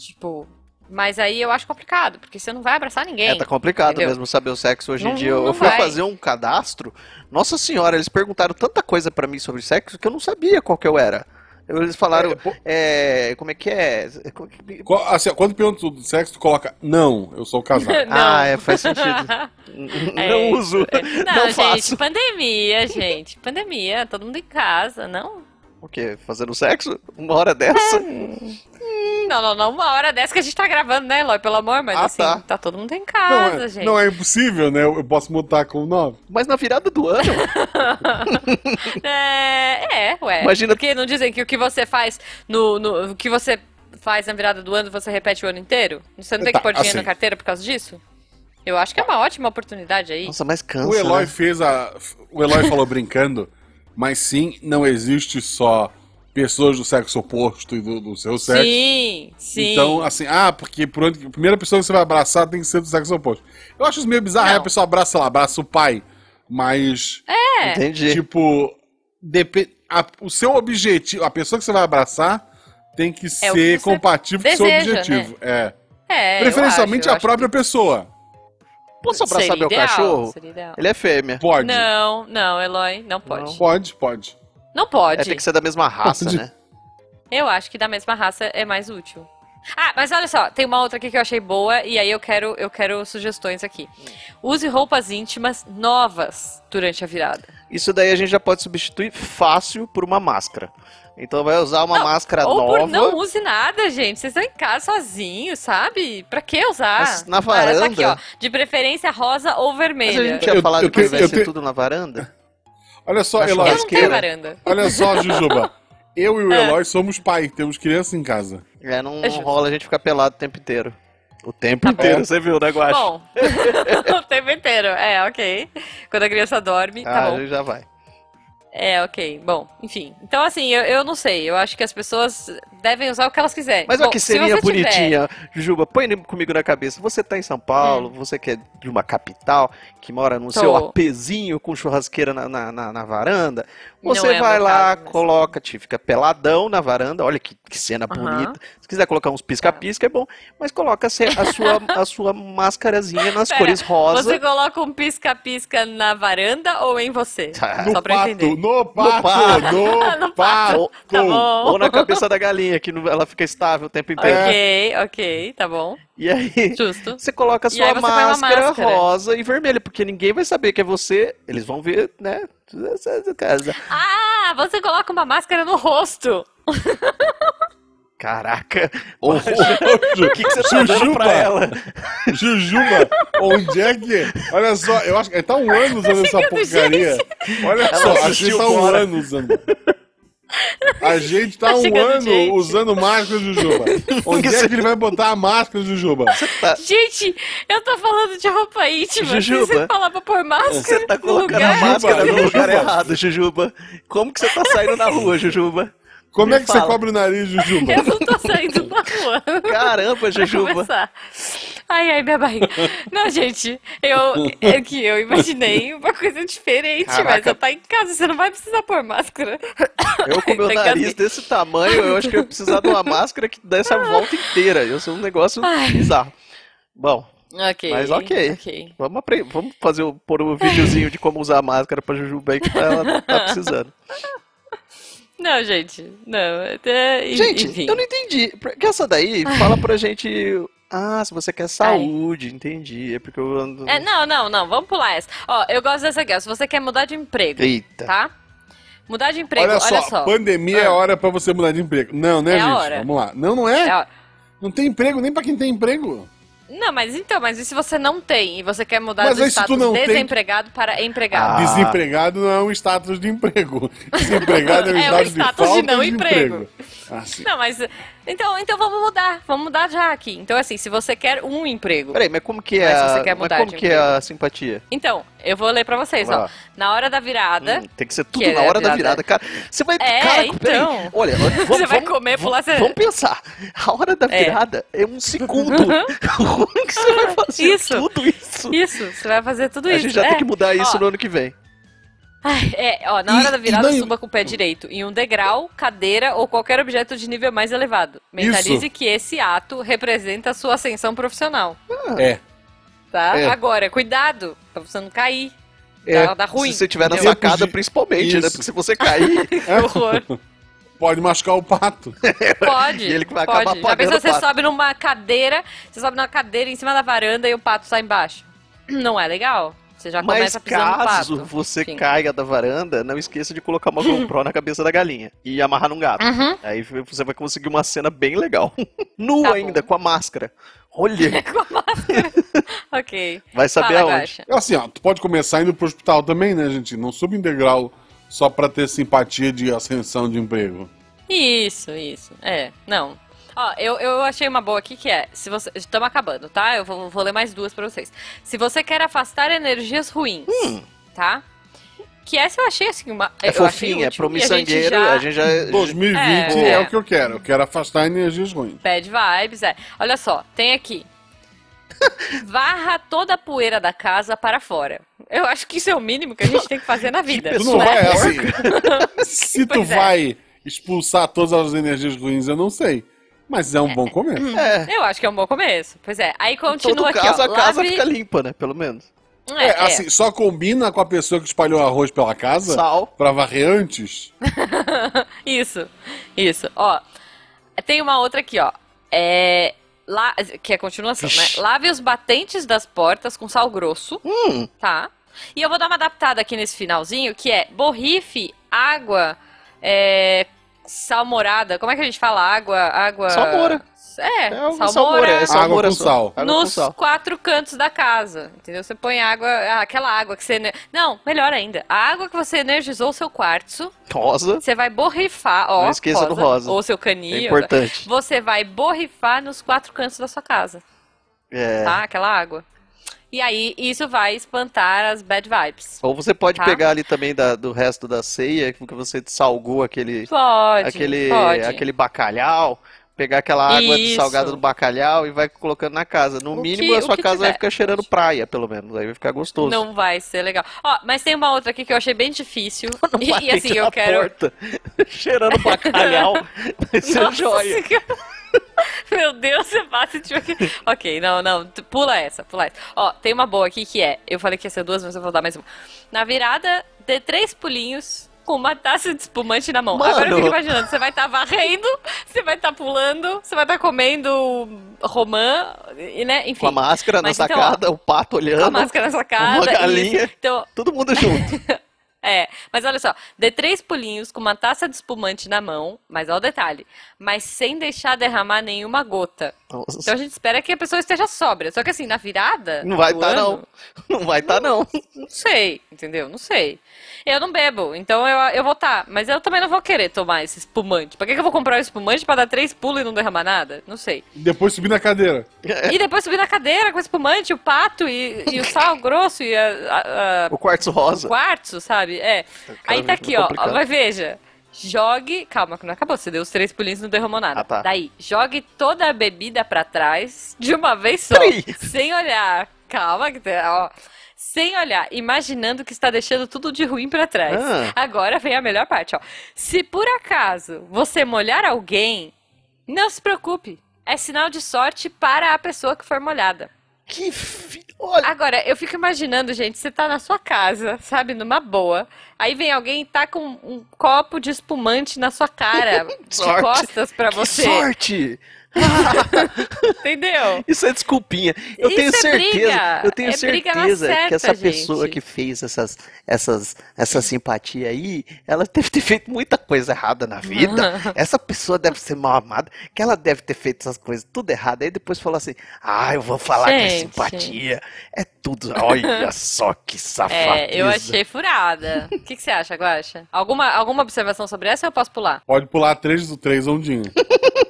Speaker 1: Tipo, mas aí eu acho complicado, porque você não vai abraçar ninguém.
Speaker 3: É, tá complicado
Speaker 1: entendeu?
Speaker 3: mesmo saber o sexo hoje em
Speaker 1: Não-
Speaker 3: dia. Eu
Speaker 1: não
Speaker 3: fui
Speaker 1: vai.
Speaker 3: fazer um cadastro, nossa senhora, eles perguntaram tanta coisa pra mim sobre sexo que eu não sabia qual que eu era. Eu- Eles falaram, é, como é que é? Como que-
Speaker 2: Co- assim, quando pergunta do sexo, tu coloca, não, eu sou
Speaker 1: [LAUGHS]
Speaker 2: casado.
Speaker 3: Ah, é, faz sentido. [LAUGHS]
Speaker 1: É
Speaker 3: não
Speaker 1: isso,
Speaker 3: uso,
Speaker 1: é.
Speaker 3: não,
Speaker 1: gente,
Speaker 3: faço.
Speaker 1: pandemia, gente. Pandemia, todo mundo em casa, não?
Speaker 3: O quê? Fazendo sexo? Uma hora dessa?
Speaker 1: É. Não, não, não, uma hora dessa que a gente tá gravando, né, Eloy? Pelo amor, mas
Speaker 3: Ah,
Speaker 1: assim,
Speaker 3: tá.
Speaker 1: tá. todo mundo em
Speaker 2: Não
Speaker 1: casa,
Speaker 2: é,
Speaker 1: gente.
Speaker 2: não é impossível, né? Eu eu posso mutar com o 9.
Speaker 3: Mas na virada do
Speaker 1: [LAUGHS]
Speaker 3: ano,
Speaker 1: É, é, ué.
Speaker 3: Imagina-
Speaker 1: Porque não dizem que o que você faz no, no- O que você faz na virada do ano, você repete o ano inteiro? Você não tem
Speaker 2: Tá,
Speaker 1: que pôr dinheiro
Speaker 2: assim.
Speaker 1: na carteira por causa disso? Eu acho que é uma ótima oportunidade aí.
Speaker 2: Tá
Speaker 3: Nossa, mas cansa.
Speaker 2: O Eloy
Speaker 3: né?
Speaker 2: fez a. O Eloy falou brincando, mas sim, não existe só pessoas do sexo oposto e do, do seu sexo.
Speaker 1: Sim, sim.
Speaker 2: Então, assim, ah, porque por onde, a primeira pessoa que você vai abraçar tem que ser do sexo oposto. Eu acho isso meio bizarro,
Speaker 1: Não.
Speaker 2: aí a pessoa abraça, sei lá, abraça o pai. Mas,
Speaker 1: é.
Speaker 3: né? Entendi.
Speaker 2: tipo, depe- a- o seu objetivo, a pessoa que você vai abraçar tem que
Speaker 1: É o que
Speaker 2: ser
Speaker 1: você
Speaker 2: compatível com o seu
Speaker 1: deseja, né?
Speaker 2: objetivo. É.
Speaker 1: é, eu
Speaker 2: Preferencialmente
Speaker 1: acho, eu
Speaker 2: a
Speaker 1: acho
Speaker 2: própria pessoa.
Speaker 3: Posso
Speaker 1: que
Speaker 3: abraçar
Speaker 1: seria
Speaker 3: meu
Speaker 1: ideal,
Speaker 3: cachorro?
Speaker 1: seria ideal.
Speaker 3: Ele é fêmea.
Speaker 2: Pode.
Speaker 1: Não, não, Eloy, não pode. Não,
Speaker 2: Pode, pode.
Speaker 1: pode.
Speaker 3: É, tem que ser da mesma raça,
Speaker 2: de-
Speaker 3: né?
Speaker 1: Eu acho que da mesma raça é mais útil. Ah, mas olha só, tem uma outra aqui que eu achei boa e aí eu quero, eu quero sugestões aqui. Use roupas íntimas novas durante a virada.
Speaker 3: Isso daí a gente já pode substituir fácil por uma máscara. Então vai usar uma
Speaker 1: Não,
Speaker 3: máscara
Speaker 1: Ou
Speaker 3: nova.
Speaker 1: por não use nada, gente. Vocês estão em casa sozinhos, sabe? Pra que usar?
Speaker 3: Mas na
Speaker 1: Olha, tá aqui,
Speaker 3: varanda-
Speaker 1: ó. De preferência rosa ou
Speaker 3: Mas a
Speaker 1: vermelha.
Speaker 3: gente tinha
Speaker 2: Eu-
Speaker 3: falado
Speaker 2: eu
Speaker 3: que
Speaker 2: tenho-
Speaker 3: vai
Speaker 2: eu
Speaker 3: ser
Speaker 2: tenho-
Speaker 3: tudo na varanda?
Speaker 2: Olha só,
Speaker 3: Acho
Speaker 1: Eu
Speaker 2: Eloy.
Speaker 1: não tenho
Speaker 3: churrasqueira.
Speaker 1: varanda. [LAUGHS]
Speaker 2: Olha só, Jujuba. Eu e o Eloy somos pai, temos criança em casa.
Speaker 3: É, não,
Speaker 1: É
Speaker 3: não
Speaker 1: justo.
Speaker 3: rola a gente ficar pelado o tempo inteiro. O tempo
Speaker 2: Tá
Speaker 3: inteiro,
Speaker 2: bom.
Speaker 3: você viu, né, Guaxa?
Speaker 1: Bom, [LAUGHS] o tempo inteiro. É, ok. Quando a criança dorme,
Speaker 3: ah,
Speaker 1: tá bom.
Speaker 3: a gente já vai.
Speaker 1: É, ok. Bom, enfim. Então, assim, eu, eu não sei. Eu acho que as pessoas devem usar o que elas quiserem.
Speaker 3: Mas
Speaker 1: Bom,
Speaker 3: olha que
Speaker 1: se
Speaker 3: seria
Speaker 1: você tiver-
Speaker 3: bonitinha. Juba, põe comigo na cabeça. Você tá em São Paulo, você que é de uma capital, que mora no
Speaker 1: Hum. Tô.
Speaker 3: seu apezinho com churrasqueira na, na, na- na varanda.
Speaker 1: Não
Speaker 3: Você
Speaker 1: é o
Speaker 3: vai
Speaker 1: meu
Speaker 3: lá,
Speaker 1: caso, mas-
Speaker 3: coloca-te, fica peladão na varanda. Olha que, que cena
Speaker 1: Aham.
Speaker 3: bonita. Se quiser colocar uns pisca-pisca, é bom. Mas coloca se- a
Speaker 1: [LAUGHS]
Speaker 3: sua, a sua mascarazinha nas
Speaker 1: Pera,
Speaker 3: cores rosa.
Speaker 1: Você coloca um pisca-pisca na varanda ou em
Speaker 3: [LAUGHS]
Speaker 1: você?
Speaker 3: Tá.
Speaker 2: No
Speaker 1: Ah, Só pra eu
Speaker 2: pato,
Speaker 1: entender. Ah,
Speaker 2: no pato,
Speaker 1: [LAUGHS]
Speaker 2: no
Speaker 1: No
Speaker 2: pato.
Speaker 1: pato. Tá bom.
Speaker 3: Ou na cabeça da galinha, que não- ela fica estável o tempo inteiro.
Speaker 1: Ok, ok, tá bom.
Speaker 3: E aí,
Speaker 1: Justo.
Speaker 3: Você coloca a
Speaker 1: E
Speaker 3: sua
Speaker 1: aí você põe uma
Speaker 3: máscara,
Speaker 1: máscara.
Speaker 3: rosa e vermelha, porque ninguém vai saber que é você. Eles vão ver, né? essa casa.
Speaker 1: Ah, você coloca uma máscara no rosto.
Speaker 3: Caraca,
Speaker 2: [LAUGHS] Horroroso.
Speaker 3: o que, que você tá dando
Speaker 2: Jujuba.
Speaker 3: pra ela?
Speaker 2: Jujuba, onde é que. Olha só, eu acho que tá um ano usando essa
Speaker 1: Chegando,
Speaker 2: porcaria. Olha
Speaker 3: Ela
Speaker 2: só, a gente
Speaker 3: assistiu
Speaker 2: tá um
Speaker 3: fora.
Speaker 2: ano usando. A gente tá
Speaker 1: Tá
Speaker 2: um
Speaker 1: chegando
Speaker 2: ano
Speaker 1: gente.
Speaker 2: usando máscara,
Speaker 3: [LAUGHS]
Speaker 2: Jujuba. Onde é que ele vai botar a máscara, Jujuba?
Speaker 3: tá
Speaker 1: Gente, eu tô falando de roupa íntima.
Speaker 3: Jujuba.
Speaker 1: Você falava por máscara
Speaker 3: Você tá
Speaker 1: no
Speaker 3: colocando
Speaker 1: lugar?
Speaker 3: a máscara no
Speaker 2: Jujuba.
Speaker 3: lugar errado, Jujuba. Como que você tá saindo na rua, Jujuba?
Speaker 2: Como
Speaker 3: Me
Speaker 2: é que você
Speaker 3: fala.
Speaker 2: cobre o nariz, Jujuba?
Speaker 1: Eu não tô saindo na rua.
Speaker 3: Caramba,
Speaker 1: pra
Speaker 3: Jujuba.
Speaker 1: começar. Ai, ai, minha barriga. Não, gente, eu, é que eu imaginei uma coisa diferente, mas
Speaker 3: Caraca.
Speaker 1: você tá em casa, você não vai precisar pôr máscara.
Speaker 3: Eu com meu
Speaker 1: Tá
Speaker 3: nariz
Speaker 1: engasguei.
Speaker 3: desse tamanho, eu acho que eu ia precisar de uma máscara que desse a volta inteira. Eu sou um negócio
Speaker 1: Ah. Ai.
Speaker 3: bizarro. Bom,
Speaker 1: Ok.
Speaker 3: Mas ok. vamos, apre- vamos fazer o- pôr um videozinho de como usar a máscara pra Jujuba aí que tá- ela tá precisando.
Speaker 1: Não, gente, não. Até, e-
Speaker 3: Gente,
Speaker 1: enfim.
Speaker 3: eu não entendi. Porque essa daí fala pra gente. Ah, se você quer saúde, entendi. É porque eu ando.
Speaker 1: É, não, não, não, vamos pular essa. Ó, eu gosto dessa aqui, ó. Se você quer mudar de emprego,
Speaker 3: Eita.
Speaker 1: tá? Mudar de emprego,
Speaker 2: Olha só, pandemia é
Speaker 1: Ah.
Speaker 2: hora pra você mudar de emprego. Não, né,
Speaker 1: É a
Speaker 2: gente?
Speaker 1: hora.
Speaker 2: Vamos lá. Não, não é?
Speaker 1: É, ó.
Speaker 2: Não tem emprego nem pra quem tem emprego.
Speaker 1: Não, mas então, mas e se você não tem e você quer mudar
Speaker 2: Mas
Speaker 1: do
Speaker 2: aí se tu
Speaker 1: status
Speaker 2: não tem-
Speaker 1: desempregado para empregado?
Speaker 3: Ah.
Speaker 2: Desempregado não é um status de [LAUGHS] emprego. Desempregado é um
Speaker 1: É um
Speaker 2: status, de
Speaker 1: status de
Speaker 2: falta
Speaker 1: não
Speaker 2: de
Speaker 1: emprego.
Speaker 2: emprego. Assim.
Speaker 1: Não, mas. Então, então vamos mudar. Vamos mudar já aqui. Então, assim, se você quer um emprego.
Speaker 3: Peraí, mas como que é
Speaker 1: Mas
Speaker 3: a.
Speaker 1: você quer
Speaker 3: mas
Speaker 1: mudar
Speaker 3: como
Speaker 1: de
Speaker 3: que é
Speaker 1: emprego?
Speaker 3: a simpatia?
Speaker 1: Então, eu vou ler pra vocês,
Speaker 3: Vai
Speaker 1: ó.
Speaker 3: lá.
Speaker 1: Na hora da virada.
Speaker 3: Hum, tem que ser tudo
Speaker 1: Que
Speaker 3: na
Speaker 1: é a
Speaker 3: hora da
Speaker 1: virada.
Speaker 3: virada, cara. Você vai.
Speaker 1: É,
Speaker 3: cara,
Speaker 1: então.
Speaker 3: peraí.
Speaker 1: [LAUGHS]
Speaker 3: Olha, vamos,
Speaker 1: Você vai
Speaker 3: vamos-
Speaker 1: comer, pular,
Speaker 3: vamos,
Speaker 1: você-
Speaker 3: vamos pensar. A hora da
Speaker 1: É. Uhum.
Speaker 3: virada é, um segundo. [LAUGHS] Como que
Speaker 1: [LAUGHS]
Speaker 3: você vai fazer
Speaker 1: Isso.
Speaker 3: tudo isso?
Speaker 1: Isso, você vai fazer tudo
Speaker 3: Hum. A
Speaker 1: isso.
Speaker 3: gente já
Speaker 1: é.
Speaker 3: tem que mudar isso
Speaker 1: Ó,
Speaker 3: no ano que vem.
Speaker 1: ai, é, ó, na hora
Speaker 2: E-
Speaker 1: da virada,
Speaker 2: e não-
Speaker 1: suba com o pé direito em um degrau, cadeira ou qualquer objeto de nível mais elevado. Mentalize
Speaker 2: Isso.
Speaker 1: que esse ato representa a sua ascensão profissional,
Speaker 2: É.
Speaker 1: tá?
Speaker 3: É.
Speaker 1: Agora, cuidado pra você não cair.
Speaker 2: É,
Speaker 1: Dá, dá ruim. [LAUGHS]
Speaker 3: Se você [LAUGHS] Ah, tiver na
Speaker 2: entendeu?
Speaker 3: sacada,
Speaker 2: Podia-
Speaker 3: principalmente, né?
Speaker 2: Isso.
Speaker 3: Porque se você cair,
Speaker 1: Que horror.
Speaker 2: Pode machucar o pato.
Speaker 1: Pode.
Speaker 3: E ele que vai
Speaker 1: pode.
Speaker 3: acabar
Speaker 1: Já
Speaker 3: pagando
Speaker 1: pensou
Speaker 3: o
Speaker 1: você
Speaker 3: pato.
Speaker 1: sobe numa cadeira, você sobe numa cadeira em cima da varanda e o pato sai embaixo. Não é legal? Você já
Speaker 3: Mas
Speaker 1: começa pisando no
Speaker 3: caso
Speaker 1: pato.
Speaker 3: você
Speaker 1: Enfim.
Speaker 3: caia da varanda, não esqueça de colocar uma GoPro na cabeça da galinha e amarrar num gato.
Speaker 1: Uhum.
Speaker 3: Aí você vai conseguir uma cena bem legal. [LAUGHS] Nu
Speaker 1: Tá bom.
Speaker 3: ainda, com a máscara.
Speaker 1: [LAUGHS]
Speaker 3: Olha,
Speaker 1: Com a máscara. ok.
Speaker 3: vai saber
Speaker 1: Fala,
Speaker 3: aonde.
Speaker 1: Guaxa.
Speaker 2: É assim, ó, tu pode começar indo pro hospital também, né, gente? Não suba em degrau só pra ter simpatia de ascensão de emprego.
Speaker 1: Isso, isso. É, não. Ó, eu, eu achei uma boa aqui que é, se você. Estamos acabando, tá? Eu vou, vou ler mais duas pra vocês. Se você quer afastar energias ruins, tá? Que essa eu achei assim uma.
Speaker 3: Hum. É
Speaker 1: eu achei
Speaker 3: fofinho, é
Speaker 1: útil, e
Speaker 3: promissangueiro, a gente já.
Speaker 2: 2020
Speaker 1: É,
Speaker 2: é,
Speaker 1: é.
Speaker 2: o que eu quero. Eu quero afastar energias ruins.
Speaker 1: Bad vibes, é. Olha só, tem
Speaker 3: [LAUGHS]
Speaker 1: aqui. Varra toda a poeira da casa para fora. Eu acho que isso é o mínimo que a gente tem que
Speaker 3: [LAUGHS]
Speaker 1: fazer na vida.
Speaker 2: Tu não
Speaker 1: né?
Speaker 2: vai assim.
Speaker 1: [LAUGHS]
Speaker 2: Se tu
Speaker 1: Pois é.
Speaker 2: vai expulsar todas as energias ruins, eu não sei. Mas é um bom começo.
Speaker 3: É.
Speaker 1: Eu acho que é um bom começo. Pois é. Aí
Speaker 3: Em todo
Speaker 1: continua aqui,
Speaker 3: caso,
Speaker 1: ó.
Speaker 3: a casa
Speaker 1: Lave-
Speaker 3: fica limpa, né? Pelo menos.
Speaker 1: É,
Speaker 2: É,
Speaker 1: é.
Speaker 2: assim, só combina com a pessoa que espalhou arroz pela casa
Speaker 3: Sal.
Speaker 2: pra varrer antes.
Speaker 1: [LAUGHS] isso, isso. Ó, tem uma outra aqui, ó. É, la- que é a continuação,
Speaker 3: Vixe.
Speaker 1: né? Lave os batentes das portas com sal grosso,
Speaker 3: Hum.
Speaker 1: tá? E eu vou dar uma adaptada aqui nesse finalzinho, que é borrife, água, é, salmorada. Como é que a gente fala? Água, água...
Speaker 3: Salmoura.
Speaker 1: É,
Speaker 3: É o
Speaker 1: salmoura.
Speaker 3: salmoura. É salmoura
Speaker 2: Água com
Speaker 3: só.
Speaker 2: sal.
Speaker 3: Água com
Speaker 1: nos
Speaker 3: sal.
Speaker 1: quatro cantos da casa, entendeu? Você põe água, aquela água que você... ener- Não, melhor ainda. A água que você energizou o seu quartzo,
Speaker 3: Rosa.
Speaker 1: você vai borrifar, ó,
Speaker 3: Não esqueça do rosa.
Speaker 1: ou seu
Speaker 3: É
Speaker 1: canil.
Speaker 3: importante.
Speaker 1: Você vai borrifar nos quatro cantos da sua casa,
Speaker 3: É.
Speaker 1: tá? Aquela água. E aí, isso vai espantar as bad vibes.
Speaker 3: Ou você pode
Speaker 1: Tá.
Speaker 3: pegar ali também da- do resto da ceia, que você salgou aquele,
Speaker 1: Pode,
Speaker 3: aquele,
Speaker 1: pode.
Speaker 3: aquele bacalhau, pegar aquela água de
Speaker 1: Isso.
Speaker 3: salgada do bacalhau e vai colocando na casa. No
Speaker 1: O
Speaker 3: mínimo,
Speaker 1: que-
Speaker 3: a
Speaker 1: o
Speaker 3: sua
Speaker 1: que
Speaker 3: casa vai
Speaker 1: tiver.
Speaker 3: ficar cheirando praia, pelo menos. Aí vai ficar gostoso. [LAUGHS]
Speaker 1: Não vai ser legal. Ó, mas tem uma outra aqui que eu achei bem
Speaker 3: [LAUGHS]
Speaker 1: difícil. E- e,
Speaker 3: Batente
Speaker 1: assim, eu
Speaker 3: na
Speaker 1: quero.
Speaker 3: porta, [LAUGHS]
Speaker 1: [LAUGHS]
Speaker 3: cheirando bacalhau, vai ser
Speaker 1: Nossa
Speaker 3: joia.
Speaker 1: Senhora. [LAUGHS] Meu Deus, você passa e tipo aqui. Ok, não, não. tu- Pula essa, pula essa. Ó, tem uma boa aqui que é. Eu falei que ia ser duas, mas eu vou dar mais uma. Na virada, dê três pulinhos com uma taça de espumante na mão.
Speaker 3: Mano.
Speaker 1: Agora eu fico imaginando, você vai estar varrendo, você vai estar pulando, você vai estar comendo romã, e, né? Enfim.
Speaker 3: Com a máscara na
Speaker 1: Mas então, ó,
Speaker 3: sacada, o pato
Speaker 1: com a
Speaker 3: olhando,
Speaker 1: máscara na sacada.
Speaker 3: uma galinha.
Speaker 1: isso. Então,
Speaker 3: todo mundo junto.
Speaker 1: é, mas olha só, dê três pulinhos com uma taça de espumante na mão, mas olha o detalhe, mas sem deixar derramar nenhuma gota. [LAUGHS]
Speaker 3: Nossa,
Speaker 1: Então a gente espera que a pessoa esteja sóbria. Só que assim, na virada
Speaker 3: Não vai
Speaker 1: do
Speaker 3: estar,
Speaker 1: ano,
Speaker 3: não. Não vai estar, não.
Speaker 1: [LAUGHS] não sei, entendeu? Não sei. Eu não bebo, então eu, eu vou estar. Mas eu também não vou querer tomar esse espumante. Pra que, que eu vou comprar o espumante pra dar três pulos e não derramar nada? Não sei.
Speaker 2: Depois subir na cadeira.
Speaker 3: É.
Speaker 1: E depois subir na cadeira com o espumante, o pato e, e o sal grosso e a- a- a
Speaker 3: [LAUGHS] O quartzo rosa.
Speaker 1: quartzo, sabe? É. Aí tá aqui, ó.
Speaker 3: complicado.
Speaker 1: Mas veja. Jogue. Calma, que não acabou. Você deu os três pulinhos e não derramou nada.
Speaker 3: Ah, tá.
Speaker 1: Daí, jogue toda a bebida pra trás de uma vez só.
Speaker 3: Peraí.
Speaker 1: Sem olhar. Calma, que tem- ó. Sem olhar, imaginando que está deixando tudo de ruim pra trás.
Speaker 3: Ah.
Speaker 1: Agora vem a melhor parte, ó. Se por acaso você molhar alguém, não se preocupe. É sinal de sorte para a pessoa que for molhada.
Speaker 3: Que fi... Olha,
Speaker 1: Agora, eu fico imaginando, gente, você tá na sua casa, sabe, numa boa. Aí vem alguém e tá com um copo de espumante na sua
Speaker 3: [LAUGHS]
Speaker 1: cara, de
Speaker 3: Sorte.
Speaker 1: costas pra
Speaker 3: que
Speaker 1: Ah, você.
Speaker 3: sorte!
Speaker 1: Entendeu?
Speaker 3: Isso é desculpinha. Eu
Speaker 1: Isso
Speaker 3: tenho
Speaker 1: é
Speaker 3: certeza,
Speaker 1: briga.
Speaker 3: eu tenho
Speaker 1: É briga na
Speaker 3: certeza que
Speaker 1: certa,
Speaker 3: essa pessoa
Speaker 1: gente.
Speaker 3: que fez essas, essas, essa simpatia aí, ela deve ter feito muita coisa errada
Speaker 1: [LAUGHS]
Speaker 3: na vida. Essa pessoa deve ser mal amada, que ela deve ter feito essas coisas tudo errado. Aí depois falou assim: Ah, eu vou falar que é
Speaker 1: Gente.
Speaker 3: simpatia. É tudo.
Speaker 1: [LAUGHS]
Speaker 3: Olha só que safadeza.
Speaker 1: É, eu achei furada. O que, que você acha, Guaxa? Alguma, alguma observação sobre essa ou eu posso pular?
Speaker 2: Pode pular três, três ondinhas.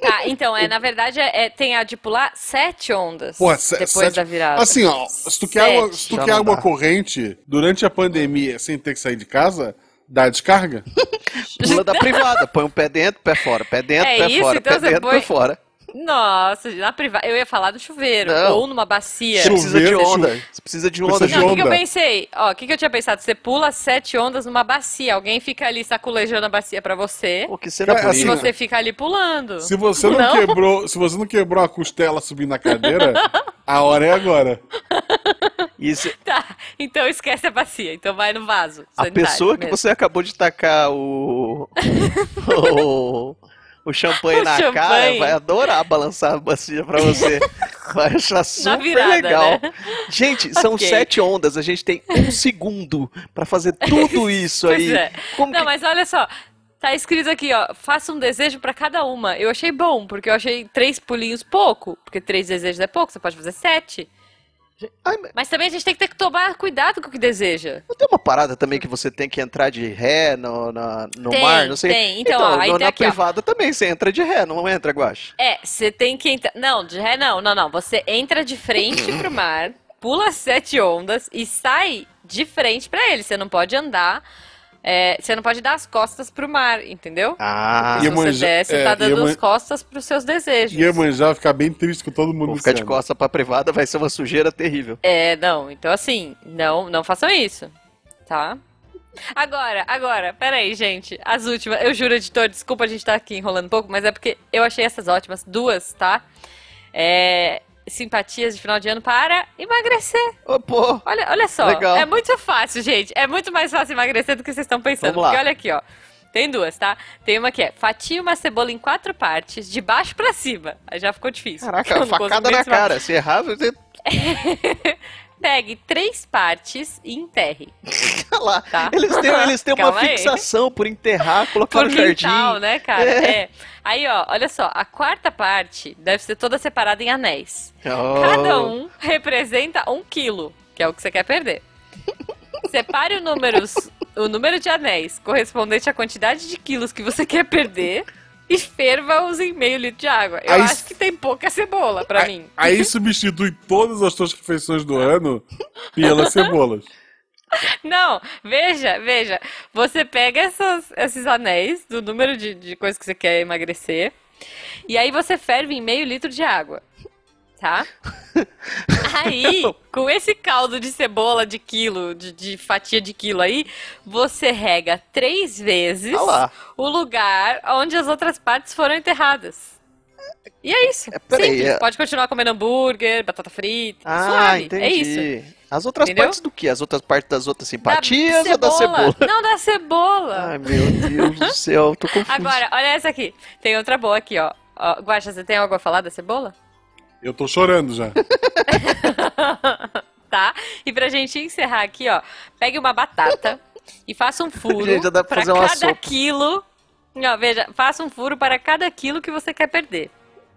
Speaker 1: Tá, então, é, na verdade, é, é- tem a de pular sete ondas
Speaker 2: Porra, se-
Speaker 1: depois
Speaker 2: sete-
Speaker 1: da virada.
Speaker 2: Assim, ó, se tu quer,
Speaker 1: Sete.
Speaker 2: água, se tu
Speaker 3: Já
Speaker 2: quer
Speaker 3: não
Speaker 2: água
Speaker 3: dá.
Speaker 2: corrente durante a pandemia sem ter que sair de casa, dá a descarga.
Speaker 1: [LAUGHS]
Speaker 3: Pula da privada, põe um pé dentro, pé fora, pé dentro,
Speaker 1: É
Speaker 3: pé
Speaker 1: isso,
Speaker 3: fora,
Speaker 1: então
Speaker 3: pé
Speaker 1: você
Speaker 3: dentro,
Speaker 1: põe-
Speaker 3: pé fora.
Speaker 1: Nossa, na privada. Eu ia falar do chuveiro,
Speaker 3: Não.
Speaker 1: ou numa bacia.
Speaker 3: Você precisa de
Speaker 2: Chuveiro, chu-
Speaker 3: onda. Você precisa de onda
Speaker 2: Precisa
Speaker 1: Não, o que que eu
Speaker 2: onda.
Speaker 1: pensei? Ó, o que que eu tinha pensado? Você pula sete ondas numa bacia. Alguém fica ali saculejando a bacia pra você.
Speaker 3: Pô, que cena
Speaker 2: É,
Speaker 1: E
Speaker 2: assim,
Speaker 3: bonita.
Speaker 1: você fica ali pulando.
Speaker 2: Se você não,
Speaker 1: Não.
Speaker 2: quebrou, se você não quebrou a costela subindo
Speaker 1: [LAUGHS]
Speaker 2: na cadeira, a hora é agora.
Speaker 3: Isso-
Speaker 1: Tá, então esquece a bacia. Então vai no vaso
Speaker 3: a
Speaker 1: sanitário
Speaker 3: pessoa que
Speaker 1: mesmo.
Speaker 3: você acabou de tacar o. o, o
Speaker 1: [LAUGHS]
Speaker 3: champanhe
Speaker 1: O
Speaker 3: na
Speaker 1: champanhe.
Speaker 3: cara vai adorar balançar a bacia pra
Speaker 1: [LAUGHS]
Speaker 3: você. Vai achar super
Speaker 1: virada,
Speaker 3: legal.
Speaker 1: né?
Speaker 3: Gente, são
Speaker 1: Ok.
Speaker 3: sete ondas, a gente tem um segundo pra fazer
Speaker 1: [LAUGHS]
Speaker 3: tudo isso
Speaker 1: Pois
Speaker 3: aí.
Speaker 1: é.
Speaker 3: Como
Speaker 1: Não,
Speaker 3: que-
Speaker 1: mas olha só. Tá escrito aqui, ó. Faça um desejo pra cada uma. Eu achei bom, porque eu achei três pulinhos pouco. Porque três desejos é pouco, você pode fazer sete.
Speaker 3: Ai, mas
Speaker 1: Mas também a gente tem que ter que tomar cuidado com o que deseja.
Speaker 3: não tem uma parada também que você tem que entrar de ré no, na- no
Speaker 1: Tem,
Speaker 3: mar, não sei.
Speaker 1: tem. Então, ó, aí
Speaker 3: no-
Speaker 1: tem
Speaker 3: na
Speaker 1: aqui, ó.
Speaker 3: privada também você entra de ré, não entra, Guache?
Speaker 1: É, você tem que entrar. Não, de ré não, não, não. Você entra de frente pro mar, pula as sete ondas e sai de frente pra ele. Você não pode andar, é, você não pode dar as costas pro mar, entendeu?
Speaker 3: Ah,
Speaker 1: Se
Speaker 2: E-
Speaker 1: você
Speaker 2: Iemanjá-
Speaker 1: der, você tá
Speaker 2: é,
Speaker 1: dando
Speaker 2: Ieman-
Speaker 1: as costas pros seus desejos.
Speaker 2: E Iemanjá vai ficar bem triste com todo mundo.
Speaker 3: vou ficar de
Speaker 2: esse ano.
Speaker 3: costa pra privada, vai ser uma sujeira terrível.
Speaker 1: É, não, então assim, não, não façam isso, tá? Agora, agora, peraí, gente, as últimas, eu juro, editor, desculpa a gente estar aqui enrolando um pouco, mas é porque eu achei essas ótimas, duas, tá? É, simpatias de final de ano para emagrecer.
Speaker 3: Ô, pô,
Speaker 1: Olha, olha só,
Speaker 3: Legal.
Speaker 1: é muito fácil, gente, é muito mais fácil emagrecer do que vocês estão pensando,
Speaker 3: Vamos lá.
Speaker 1: porque olha aqui, ó. Tem duas, tá? Tem uma que é fatia uma cebola em quatro partes, de baixo pra cima. Aí já ficou difícil. [LAUGHS]
Speaker 3: caraca,
Speaker 1: Eu não
Speaker 3: facada
Speaker 1: consigo nem
Speaker 3: na
Speaker 1: falar.
Speaker 3: cara. Se errar, você
Speaker 1: Pegue três partes e enterre.
Speaker 3: tá lá.
Speaker 1: Tá.
Speaker 3: Eles têm, eles têm uma
Speaker 1: Calma aí.
Speaker 3: fixação por enterrar, colocar
Speaker 1: Por
Speaker 3: no jardim.
Speaker 1: quintal, né, cara?
Speaker 3: É.
Speaker 1: É. Aí, ó, olha só, a quarta parte deve ser toda separada em anéis.
Speaker 3: Oh.
Speaker 1: Cada um representa um quilo, que é o que você quer perder. Separe o número, o número de anéis correspondente à quantidade de quilos que você quer perder e ferva-os em meio litro de água. Eu
Speaker 2: Aí-
Speaker 1: acho que tem pouca cebola pra
Speaker 2: Aí-
Speaker 1: mim.
Speaker 2: Aí substitui todas as tuas refeições do ano pelas cebolas.
Speaker 1: Não, veja, veja. Você pega essas- esses anéis do número de, de coisas que você quer emagrecer, e aí você ferve em meio litro de água,
Speaker 3: [LAUGHS]
Speaker 1: tá? Aí, com esse caldo de cebola de quilo, de, de fatia de quilo aí, você rega três vezes
Speaker 3: Tá lá.
Speaker 1: o lugar onde as outras partes foram enterradas. E é isso.
Speaker 3: É, peraí,
Speaker 1: Simples.
Speaker 3: é-
Speaker 1: Pode continuar comendo hambúrguer, batata frita,
Speaker 3: Ah,
Speaker 1: suave.
Speaker 3: entendi.
Speaker 1: É isso.
Speaker 3: As outras
Speaker 1: Entendeu?
Speaker 3: partes do quê? As outras partes das outras simpatias ou da cebola?
Speaker 1: Não, da cebola.
Speaker 3: Ai, meu Deus do céu, tô confuso.
Speaker 1: Agora, olha essa aqui. Tem outra boa aqui, ó. ó Guaxa, você tem algo a falar da cebola? [LAUGHS]
Speaker 2: Eu tô chorando já.
Speaker 1: tá? E pra gente encerrar aqui, ó. Pegue uma batata e faça um furo
Speaker 3: Gente, já dá
Speaker 1: pra
Speaker 3: pra fazer uma
Speaker 1: cada
Speaker 3: sopa.
Speaker 1: quilo. Não, veja, faça um furo para cada quilo que você quer perder.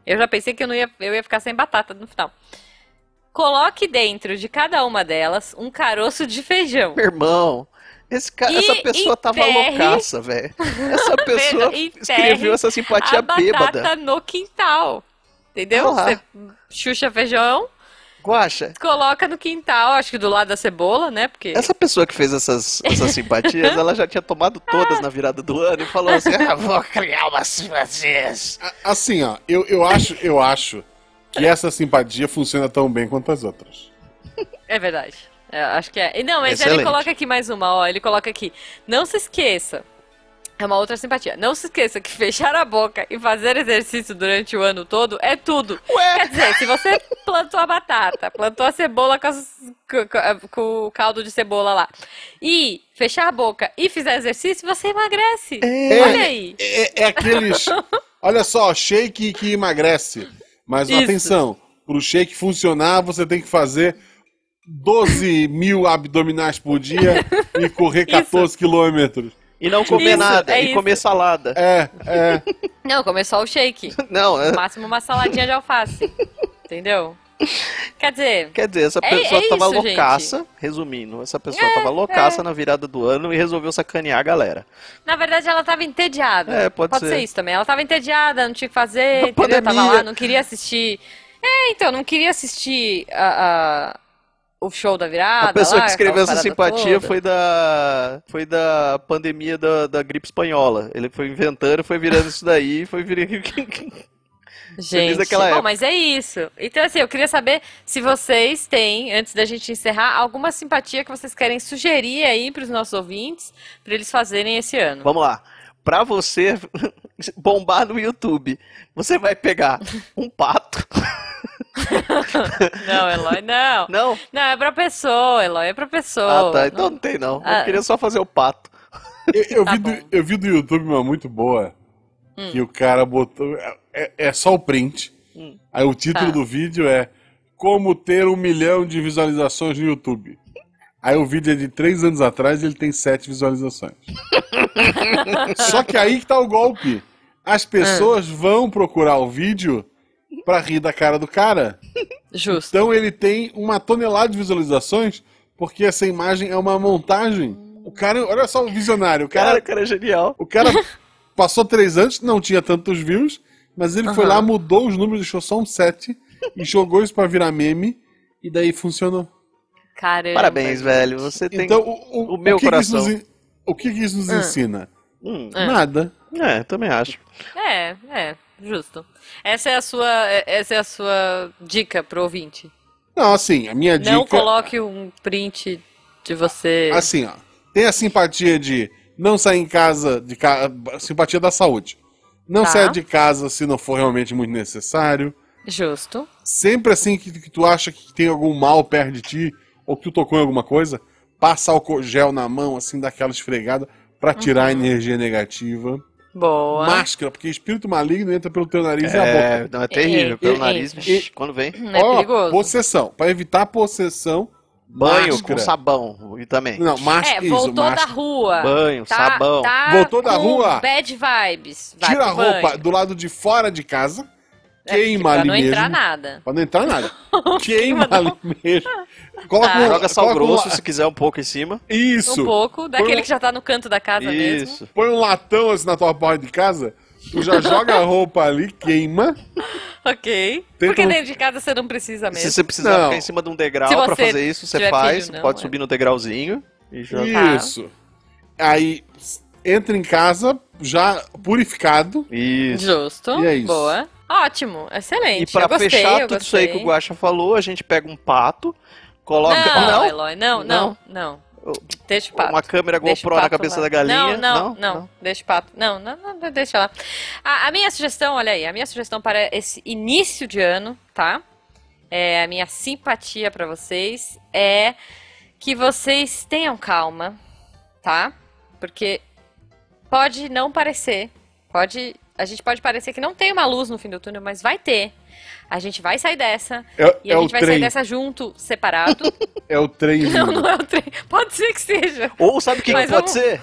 Speaker 1: Eu já pensei que eu, não ia, eu ia ficar sem batata no final. Coloque dentro de cada uma delas um caroço de feijão.
Speaker 3: Meu irmão, esse cara,
Speaker 1: E
Speaker 3: essa pessoa tava
Speaker 1: enterre-
Speaker 3: loucaça, velho.
Speaker 1: [LAUGHS]
Speaker 3: Essa pessoa
Speaker 1: enterre
Speaker 3: escreveu essa simpatia
Speaker 1: a batata
Speaker 3: bêbada.
Speaker 1: no quintal. Entendeu?
Speaker 3: Olá.
Speaker 1: Você chucha feijão,
Speaker 3: Guaxa,
Speaker 1: coloca no quintal, acho que do lado da cebola, né? Porque.
Speaker 3: essa pessoa que fez essas,
Speaker 1: [LAUGHS]
Speaker 3: essas simpatias, ela já tinha tomado todas na virada do ano e falou assim: ah, vou criar umas simpatias.
Speaker 2: A- Assim, ó, eu, eu acho, eu acho que essa simpatia funciona tão bem quanto as outras.
Speaker 1: É verdade. É, acho que é. E Não, mas
Speaker 3: Excelente.
Speaker 1: ele coloca aqui mais uma, ó. Ele coloca aqui. Não se esqueça. É uma outra simpatia. Não se esqueça que fechar a boca e fazer exercício durante o ano todo é tudo.
Speaker 3: Ué,
Speaker 1: Quer dizer, se
Speaker 3: [LAUGHS]
Speaker 1: você plantou a batata, plantou a cebola com, as- com- eh, com- com o caldo de cebola lá, e fechar a boca e fizer exercício, você emagrece.
Speaker 3: É.
Speaker 1: Olha aí.
Speaker 2: É, é aqueles. Olha só, shake que emagrece. Mas
Speaker 1: Isso.
Speaker 2: atenção, pro shake funcionar, você tem que fazer 12 mil abdominais por dia e correr 14 quilômetros.
Speaker 3: e não comer
Speaker 1: Isso,
Speaker 3: nada,
Speaker 1: é
Speaker 3: e
Speaker 1: isso. [LAUGHS]
Speaker 3: comer salada.
Speaker 2: É, é.
Speaker 1: Não, começou o
Speaker 3: [LAUGHS]
Speaker 1: shake.
Speaker 3: Não, é-
Speaker 1: No máximo uma saladinha de alface. Entendeu? Quer dizer,
Speaker 3: Quer dizer, essa
Speaker 1: É-
Speaker 3: pessoa
Speaker 1: é
Speaker 3: tava
Speaker 1: isso, É,
Speaker 3: loucaça, resumindo, essa pessoa tava loucaça na virada do ano e resolveu sacanear a galera.
Speaker 1: na verdade ela tava entediada.
Speaker 3: É, pode
Speaker 1: pode
Speaker 3: ser.
Speaker 1: isso também. Ela tava entediada, não tinha o que fazer,
Speaker 3: Na
Speaker 1: entendeu? Tava
Speaker 3: pandemia.
Speaker 1: lá, não queria assistir. É, então, não queria assistir a- a- o show da virada.
Speaker 3: a pessoa
Speaker 1: lá,
Speaker 3: que escreveu essa
Speaker 1: Ah, aquela parada
Speaker 3: simpatia
Speaker 1: toda.
Speaker 3: foi da foi da pandemia da, da gripe espanhola. Ele foi inventando, foi virando isso daí, foi virando [LAUGHS]
Speaker 1: Gente,
Speaker 3: daquela
Speaker 1: bom,
Speaker 3: época.
Speaker 1: mas é isso. Então, assim, eu queria saber se vocês têm, antes da gente encerrar, alguma simpatia que vocês querem sugerir aí pros nossos ouvintes, pra eles fazerem esse
Speaker 3: [LAUGHS]
Speaker 1: ano.
Speaker 3: Vamos lá. Pra você [LAUGHS] bombar no YouTube, você vai pegar um pato.
Speaker 1: Não, Eloy, não.
Speaker 3: Não?
Speaker 1: Não, é pra pessoa, Eloy, é pra pessoa.
Speaker 3: Ah, tá. Então
Speaker 1: Não-
Speaker 3: não tem não. Eu
Speaker 1: Ah.
Speaker 3: queria só fazer o pato.
Speaker 2: Eu,
Speaker 1: [LAUGHS]
Speaker 2: eu
Speaker 1: Tá
Speaker 2: vi
Speaker 1: bom. Hum.
Speaker 2: do, eu vi do YouTube uma muito boa. Que o cara botou. é- É, é só o print. Aí o título
Speaker 1: Tá.
Speaker 2: do vídeo é Como ter um milhão de visualizações no YouTube. Aí o vídeo é de três anos atrás e ele tem
Speaker 1: [LAUGHS]
Speaker 2: sete visualizações.
Speaker 1: Ah.
Speaker 2: Só que aí que tá o golpe. As pessoas vão procurar o vídeo pra rir da cara do cara.
Speaker 1: Justo.
Speaker 2: Então ele tem uma tonelada de visualizações, porque essa imagem é uma montagem. O cara, olha só o visionário, o
Speaker 3: Cara,
Speaker 2: cara,
Speaker 3: o cara é genial.
Speaker 1: [LAUGHS]
Speaker 2: o cara passou três anos, não tinha tantos views, mas ele foi
Speaker 1: Aham.
Speaker 2: lá, mudou os números, deixou só um set e jogou isso pra virar meme, e daí funcionou.
Speaker 1: Caramba.
Speaker 3: Parabéns, velho. Você tem.
Speaker 2: Então, o,
Speaker 3: o meu
Speaker 2: que que isso
Speaker 3: coração.
Speaker 2: nos en- o que, que isso nos
Speaker 1: Ah.
Speaker 2: ensina?
Speaker 3: Hum,
Speaker 1: Ah.
Speaker 2: Nada.
Speaker 3: é, também acho.
Speaker 1: É, é, justo. Essa é a sua, é- essa é a sua dica pro ouvinte.
Speaker 2: Não, assim, a minha dica.
Speaker 1: Não coloque um print de você.
Speaker 2: Assim, ó. Tem a simpatia de não sair em casa de ca... simpatia da saúde. Não
Speaker 1: Tá.
Speaker 2: saia de casa se não for realmente muito necessário.
Speaker 1: Justo.
Speaker 2: Sempre assim que, que tu acha que tem algum mal perto de ti, ou que tu tocou em alguma coisa, passa álcool gel na mão, assim, dá aquela esfregada pra tirar a energia negativa.
Speaker 1: Uhum. Boa.
Speaker 2: Máscara, porque espírito maligno entra pelo teu nariz e a boca.
Speaker 3: É, não, é terrível.
Speaker 1: É,
Speaker 3: pelo
Speaker 1: é,
Speaker 3: nariz,
Speaker 1: é.
Speaker 3: vixi, quando vem.
Speaker 1: É
Speaker 2: Ó,
Speaker 1: perigoso.
Speaker 2: Possessão. Pra evitar possessão.
Speaker 3: Banho
Speaker 2: máscara.
Speaker 3: com sabão. E também.
Speaker 2: Não, máscara.
Speaker 1: É, voltou
Speaker 2: isso,
Speaker 1: da
Speaker 2: máscara.
Speaker 1: rua.
Speaker 3: Banho,
Speaker 1: Tá-
Speaker 3: sabão.
Speaker 1: tá
Speaker 2: Voltou da
Speaker 1: com
Speaker 2: rua.
Speaker 1: Bad vibes. Vai
Speaker 2: Tira a
Speaker 1: pro banho.
Speaker 2: roupa do lado de fora de casa.
Speaker 1: É, porque
Speaker 2: Queima
Speaker 1: pra
Speaker 2: ali
Speaker 1: não
Speaker 2: mesmo.
Speaker 1: entrar nada.
Speaker 2: Pra não entrar
Speaker 1: [LAUGHS]
Speaker 2: nada. Queima
Speaker 1: Não.
Speaker 2: ali
Speaker 1: [LAUGHS]
Speaker 2: mesmo. Coloca
Speaker 1: Tá.
Speaker 2: um,
Speaker 3: Joga sal
Speaker 2: coloca um
Speaker 3: grosso,
Speaker 2: la-
Speaker 3: se quiser, um pouco em cima.
Speaker 1: Um
Speaker 2: Isso.
Speaker 1: pouco, daquele
Speaker 2: um-
Speaker 1: que já tá no canto da casa mesmo.
Speaker 3: Isso.
Speaker 2: Põe um latão assim na tua porta de casa. Tu
Speaker 1: [LAUGHS]
Speaker 2: já joga a roupa ali, queima.
Speaker 1: Ok. Porque
Speaker 2: um-
Speaker 1: dentro de casa você não precisa
Speaker 3: Se
Speaker 1: mesmo.
Speaker 3: você precisar
Speaker 2: Não.
Speaker 3: ficar em cima de um degrau
Speaker 1: Se
Speaker 3: pra
Speaker 1: você
Speaker 3: fazer isso, você
Speaker 1: tiver
Speaker 3: faz.
Speaker 1: filho, não,
Speaker 3: pode
Speaker 1: é.
Speaker 3: subir no degrauzinho e joga.
Speaker 1: Tá.
Speaker 2: Isso. Aí s- entra em casa já purificado.
Speaker 3: Isso.
Speaker 1: Justo.
Speaker 2: E é isso.
Speaker 1: Boa. Ótimo,
Speaker 3: E
Speaker 1: excelente.
Speaker 3: pra
Speaker 1: eu gostei,
Speaker 3: fechar
Speaker 1: eu
Speaker 3: tudo isso
Speaker 1: gostei.
Speaker 3: aí que o Guaxa falou, a gente pega um pato, coloca.
Speaker 1: Não,
Speaker 3: Não?
Speaker 1: Eloy, não, não, não. Deixa o pato.
Speaker 3: Uma câmera
Speaker 1: Deixa o
Speaker 3: GoPro na
Speaker 1: pato
Speaker 3: cabeça
Speaker 1: lá.
Speaker 3: da galinha.
Speaker 1: Não, não, não, deixa o pato. Não, não, não, não, deixa lá. A, a minha sugestão, olha aí, a minha sugestão para esse início de ano, tá? É, a minha simpatia para vocês é que vocês tenham calma, tá? Porque pode não parecer, pode, a gente pode parecer que não tem uma luz no fim do túnel, mas vai ter. A gente vai sair dessa
Speaker 2: É,
Speaker 1: e
Speaker 2: é
Speaker 1: a
Speaker 2: o
Speaker 1: gente vai sair
Speaker 2: trem.
Speaker 1: dessa junto, separado. [LAUGHS]
Speaker 2: É o trem.
Speaker 1: não,
Speaker 2: vindo.
Speaker 1: não é o trem. Pode ser que seja.
Speaker 3: Ou sabe o que, que
Speaker 1: Mas
Speaker 3: pode
Speaker 1: vamos-
Speaker 3: ser?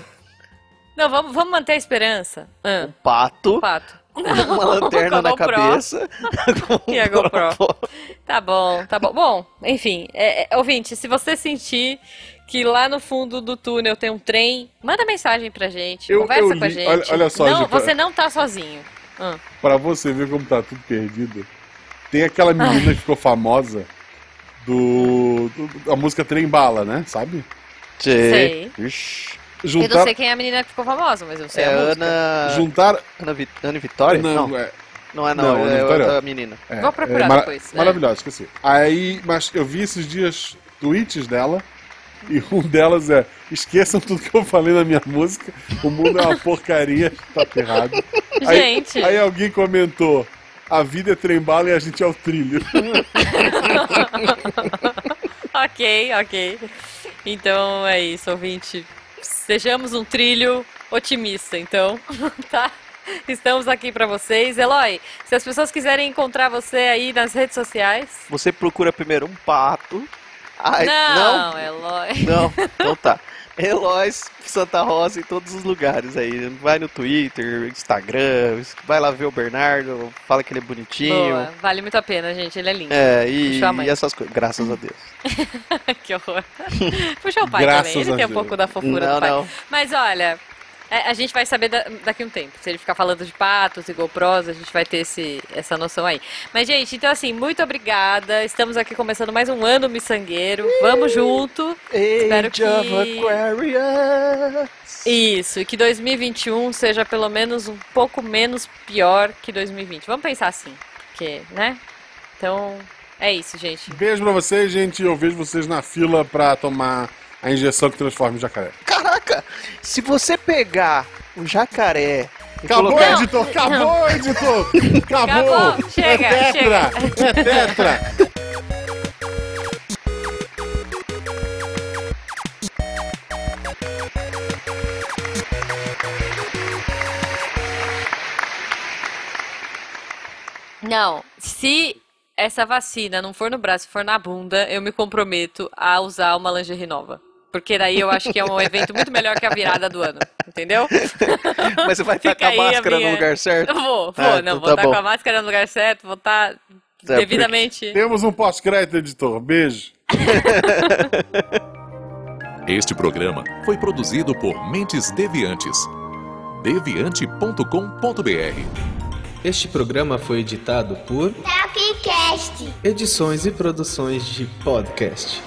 Speaker 1: Não, vamos, vamos manter a esperança. Ah,
Speaker 3: Um
Speaker 1: [LAUGHS]
Speaker 3: pato,
Speaker 1: pato.
Speaker 3: [LAUGHS] uma lanterna
Speaker 1: com a
Speaker 3: na
Speaker 1: GoPro. [LAUGHS]
Speaker 3: cabeça. com
Speaker 1: E a
Speaker 3: um
Speaker 1: GoPro. Tá bom, tá bom. Bom, enfim, é, é, ouvinte, se você sentir que lá no fundo do túnel tem um trem, manda mensagem pra gente,
Speaker 2: Eu-
Speaker 1: conversa
Speaker 2: eu
Speaker 1: com a
Speaker 2: li-
Speaker 1: gente.
Speaker 2: olha- olha só,
Speaker 1: não,
Speaker 2: Gipa.
Speaker 1: você não tá sozinho. Ah,
Speaker 2: Pra você ver como tá tudo perdido, tem
Speaker 1: Ah.
Speaker 2: aquela menina que ficou famosa do, do- A música Trem Bala, né? Sabe?
Speaker 1: Sei.
Speaker 3: Sei.
Speaker 1: eu
Speaker 3: Ixi.
Speaker 1: não
Speaker 2: Juntar,
Speaker 1: sei quem é a menina que ficou famosa, mas eu sei
Speaker 3: É
Speaker 1: a música.
Speaker 3: Ana.
Speaker 2: juntar.
Speaker 3: Ana, Vi... Ana Vitória? Não,
Speaker 2: Não,
Speaker 3: não,
Speaker 2: é,
Speaker 3: é não,
Speaker 2: Não, Ana
Speaker 3: é
Speaker 2: Vitória.
Speaker 3: outra menina.
Speaker 2: é,
Speaker 1: Vou procurar
Speaker 2: é mara-
Speaker 1: depois, é.
Speaker 2: Maravilhosa, esqueci. Aí, mas eu vi esses dias tweets dela. E [LAUGHS] um delas é: esqueçam tudo que eu falei na minha música, o mundo é
Speaker 1: [LAUGHS]
Speaker 2: uma porcaria, tá ferrado. Aí-
Speaker 1: Gente,
Speaker 2: Aí alguém comentou: a vida é trem bala e a gente é o trilho.
Speaker 1: ok, ok. Então é isso, ouvinte. Sejamos um trilho otimista, então, [LAUGHS] tá? Estamos aqui pra vocês. Eloy, se as pessoas quiserem encontrar você aí nas redes sociais.
Speaker 3: Você procura primeiro um pato. Ai, não,
Speaker 1: não, Eloy.
Speaker 3: Não, então tá. Elois Santa Rosa em todos os lugares aí. Vai no Twitter, Instagram, vai lá ver o Bernardo, fala que ele é bonitinho.
Speaker 1: Boa, vale muito a pena, gente. Ele é lindo.
Speaker 3: É, e,
Speaker 1: Puxa a mãe.
Speaker 3: e essas coisas. Graças a Deus.
Speaker 1: [LAUGHS] que horror. Puxa o pai
Speaker 2: Graças
Speaker 1: também. Ele
Speaker 2: a
Speaker 1: tem um
Speaker 2: Deus.
Speaker 1: pouco da fofura
Speaker 3: não,
Speaker 1: do pai.
Speaker 3: não.
Speaker 1: Mas olha, é, a gente vai saber da- daqui a um tempo. Se ele ficar falando de patos e GoPros, a gente vai ter esse, essa noção aí. Mas, gente, então assim, muito obrigada. Estamos aqui começando mais um ano miçangueiro. Vamos junto. Espero
Speaker 3: Age of
Speaker 1: que-
Speaker 3: Aquarius.
Speaker 1: Isso, e que 2021 seja pelo menos um pouco menos pior que 2020. Vamos pensar assim, porque, né? Então, é isso, gente.
Speaker 2: [LAUGHS] Beijo pra vocês, gente. Eu vejo vocês na fila pra tomar a injeção que transforma em jacaré.
Speaker 3: Caraca, se você pegar um jacaré e
Speaker 2: Acabou,
Speaker 3: colocar...
Speaker 1: Não,
Speaker 2: editor! Acabou,
Speaker 1: não. [LAUGHS]
Speaker 2: editor! Acabou!
Speaker 1: Acabou, chega,
Speaker 2: é tetra! É tetra!
Speaker 1: Não, se essa vacina não for no braço, for na bunda, eu me
Speaker 3: [LAUGHS]
Speaker 1: comprometo a usar uma lingerie nova. Porque daí eu acho que é um evento muito melhor que a virada do ano. entendeu?
Speaker 3: Mas você vai estar com
Speaker 1: Fica
Speaker 3: a
Speaker 1: aí a
Speaker 3: máscara
Speaker 1: minha-
Speaker 3: no lugar certo?
Speaker 1: Eu vou, vou,
Speaker 3: Tá,
Speaker 1: não,
Speaker 3: então
Speaker 1: vou
Speaker 3: tá
Speaker 1: estar com
Speaker 3: bom. Tá,
Speaker 1: a máscara no lugar certo, vou estar
Speaker 3: porque-
Speaker 1: devidamente.
Speaker 2: Temos um pós-crédito, editor. Beijo.
Speaker 4: Este programa foi produzido por Mentes Deviantes. deviante.com.br
Speaker 5: Este programa foi editado por
Speaker 6: Tapcast.
Speaker 5: Edições e Produções de Podcast.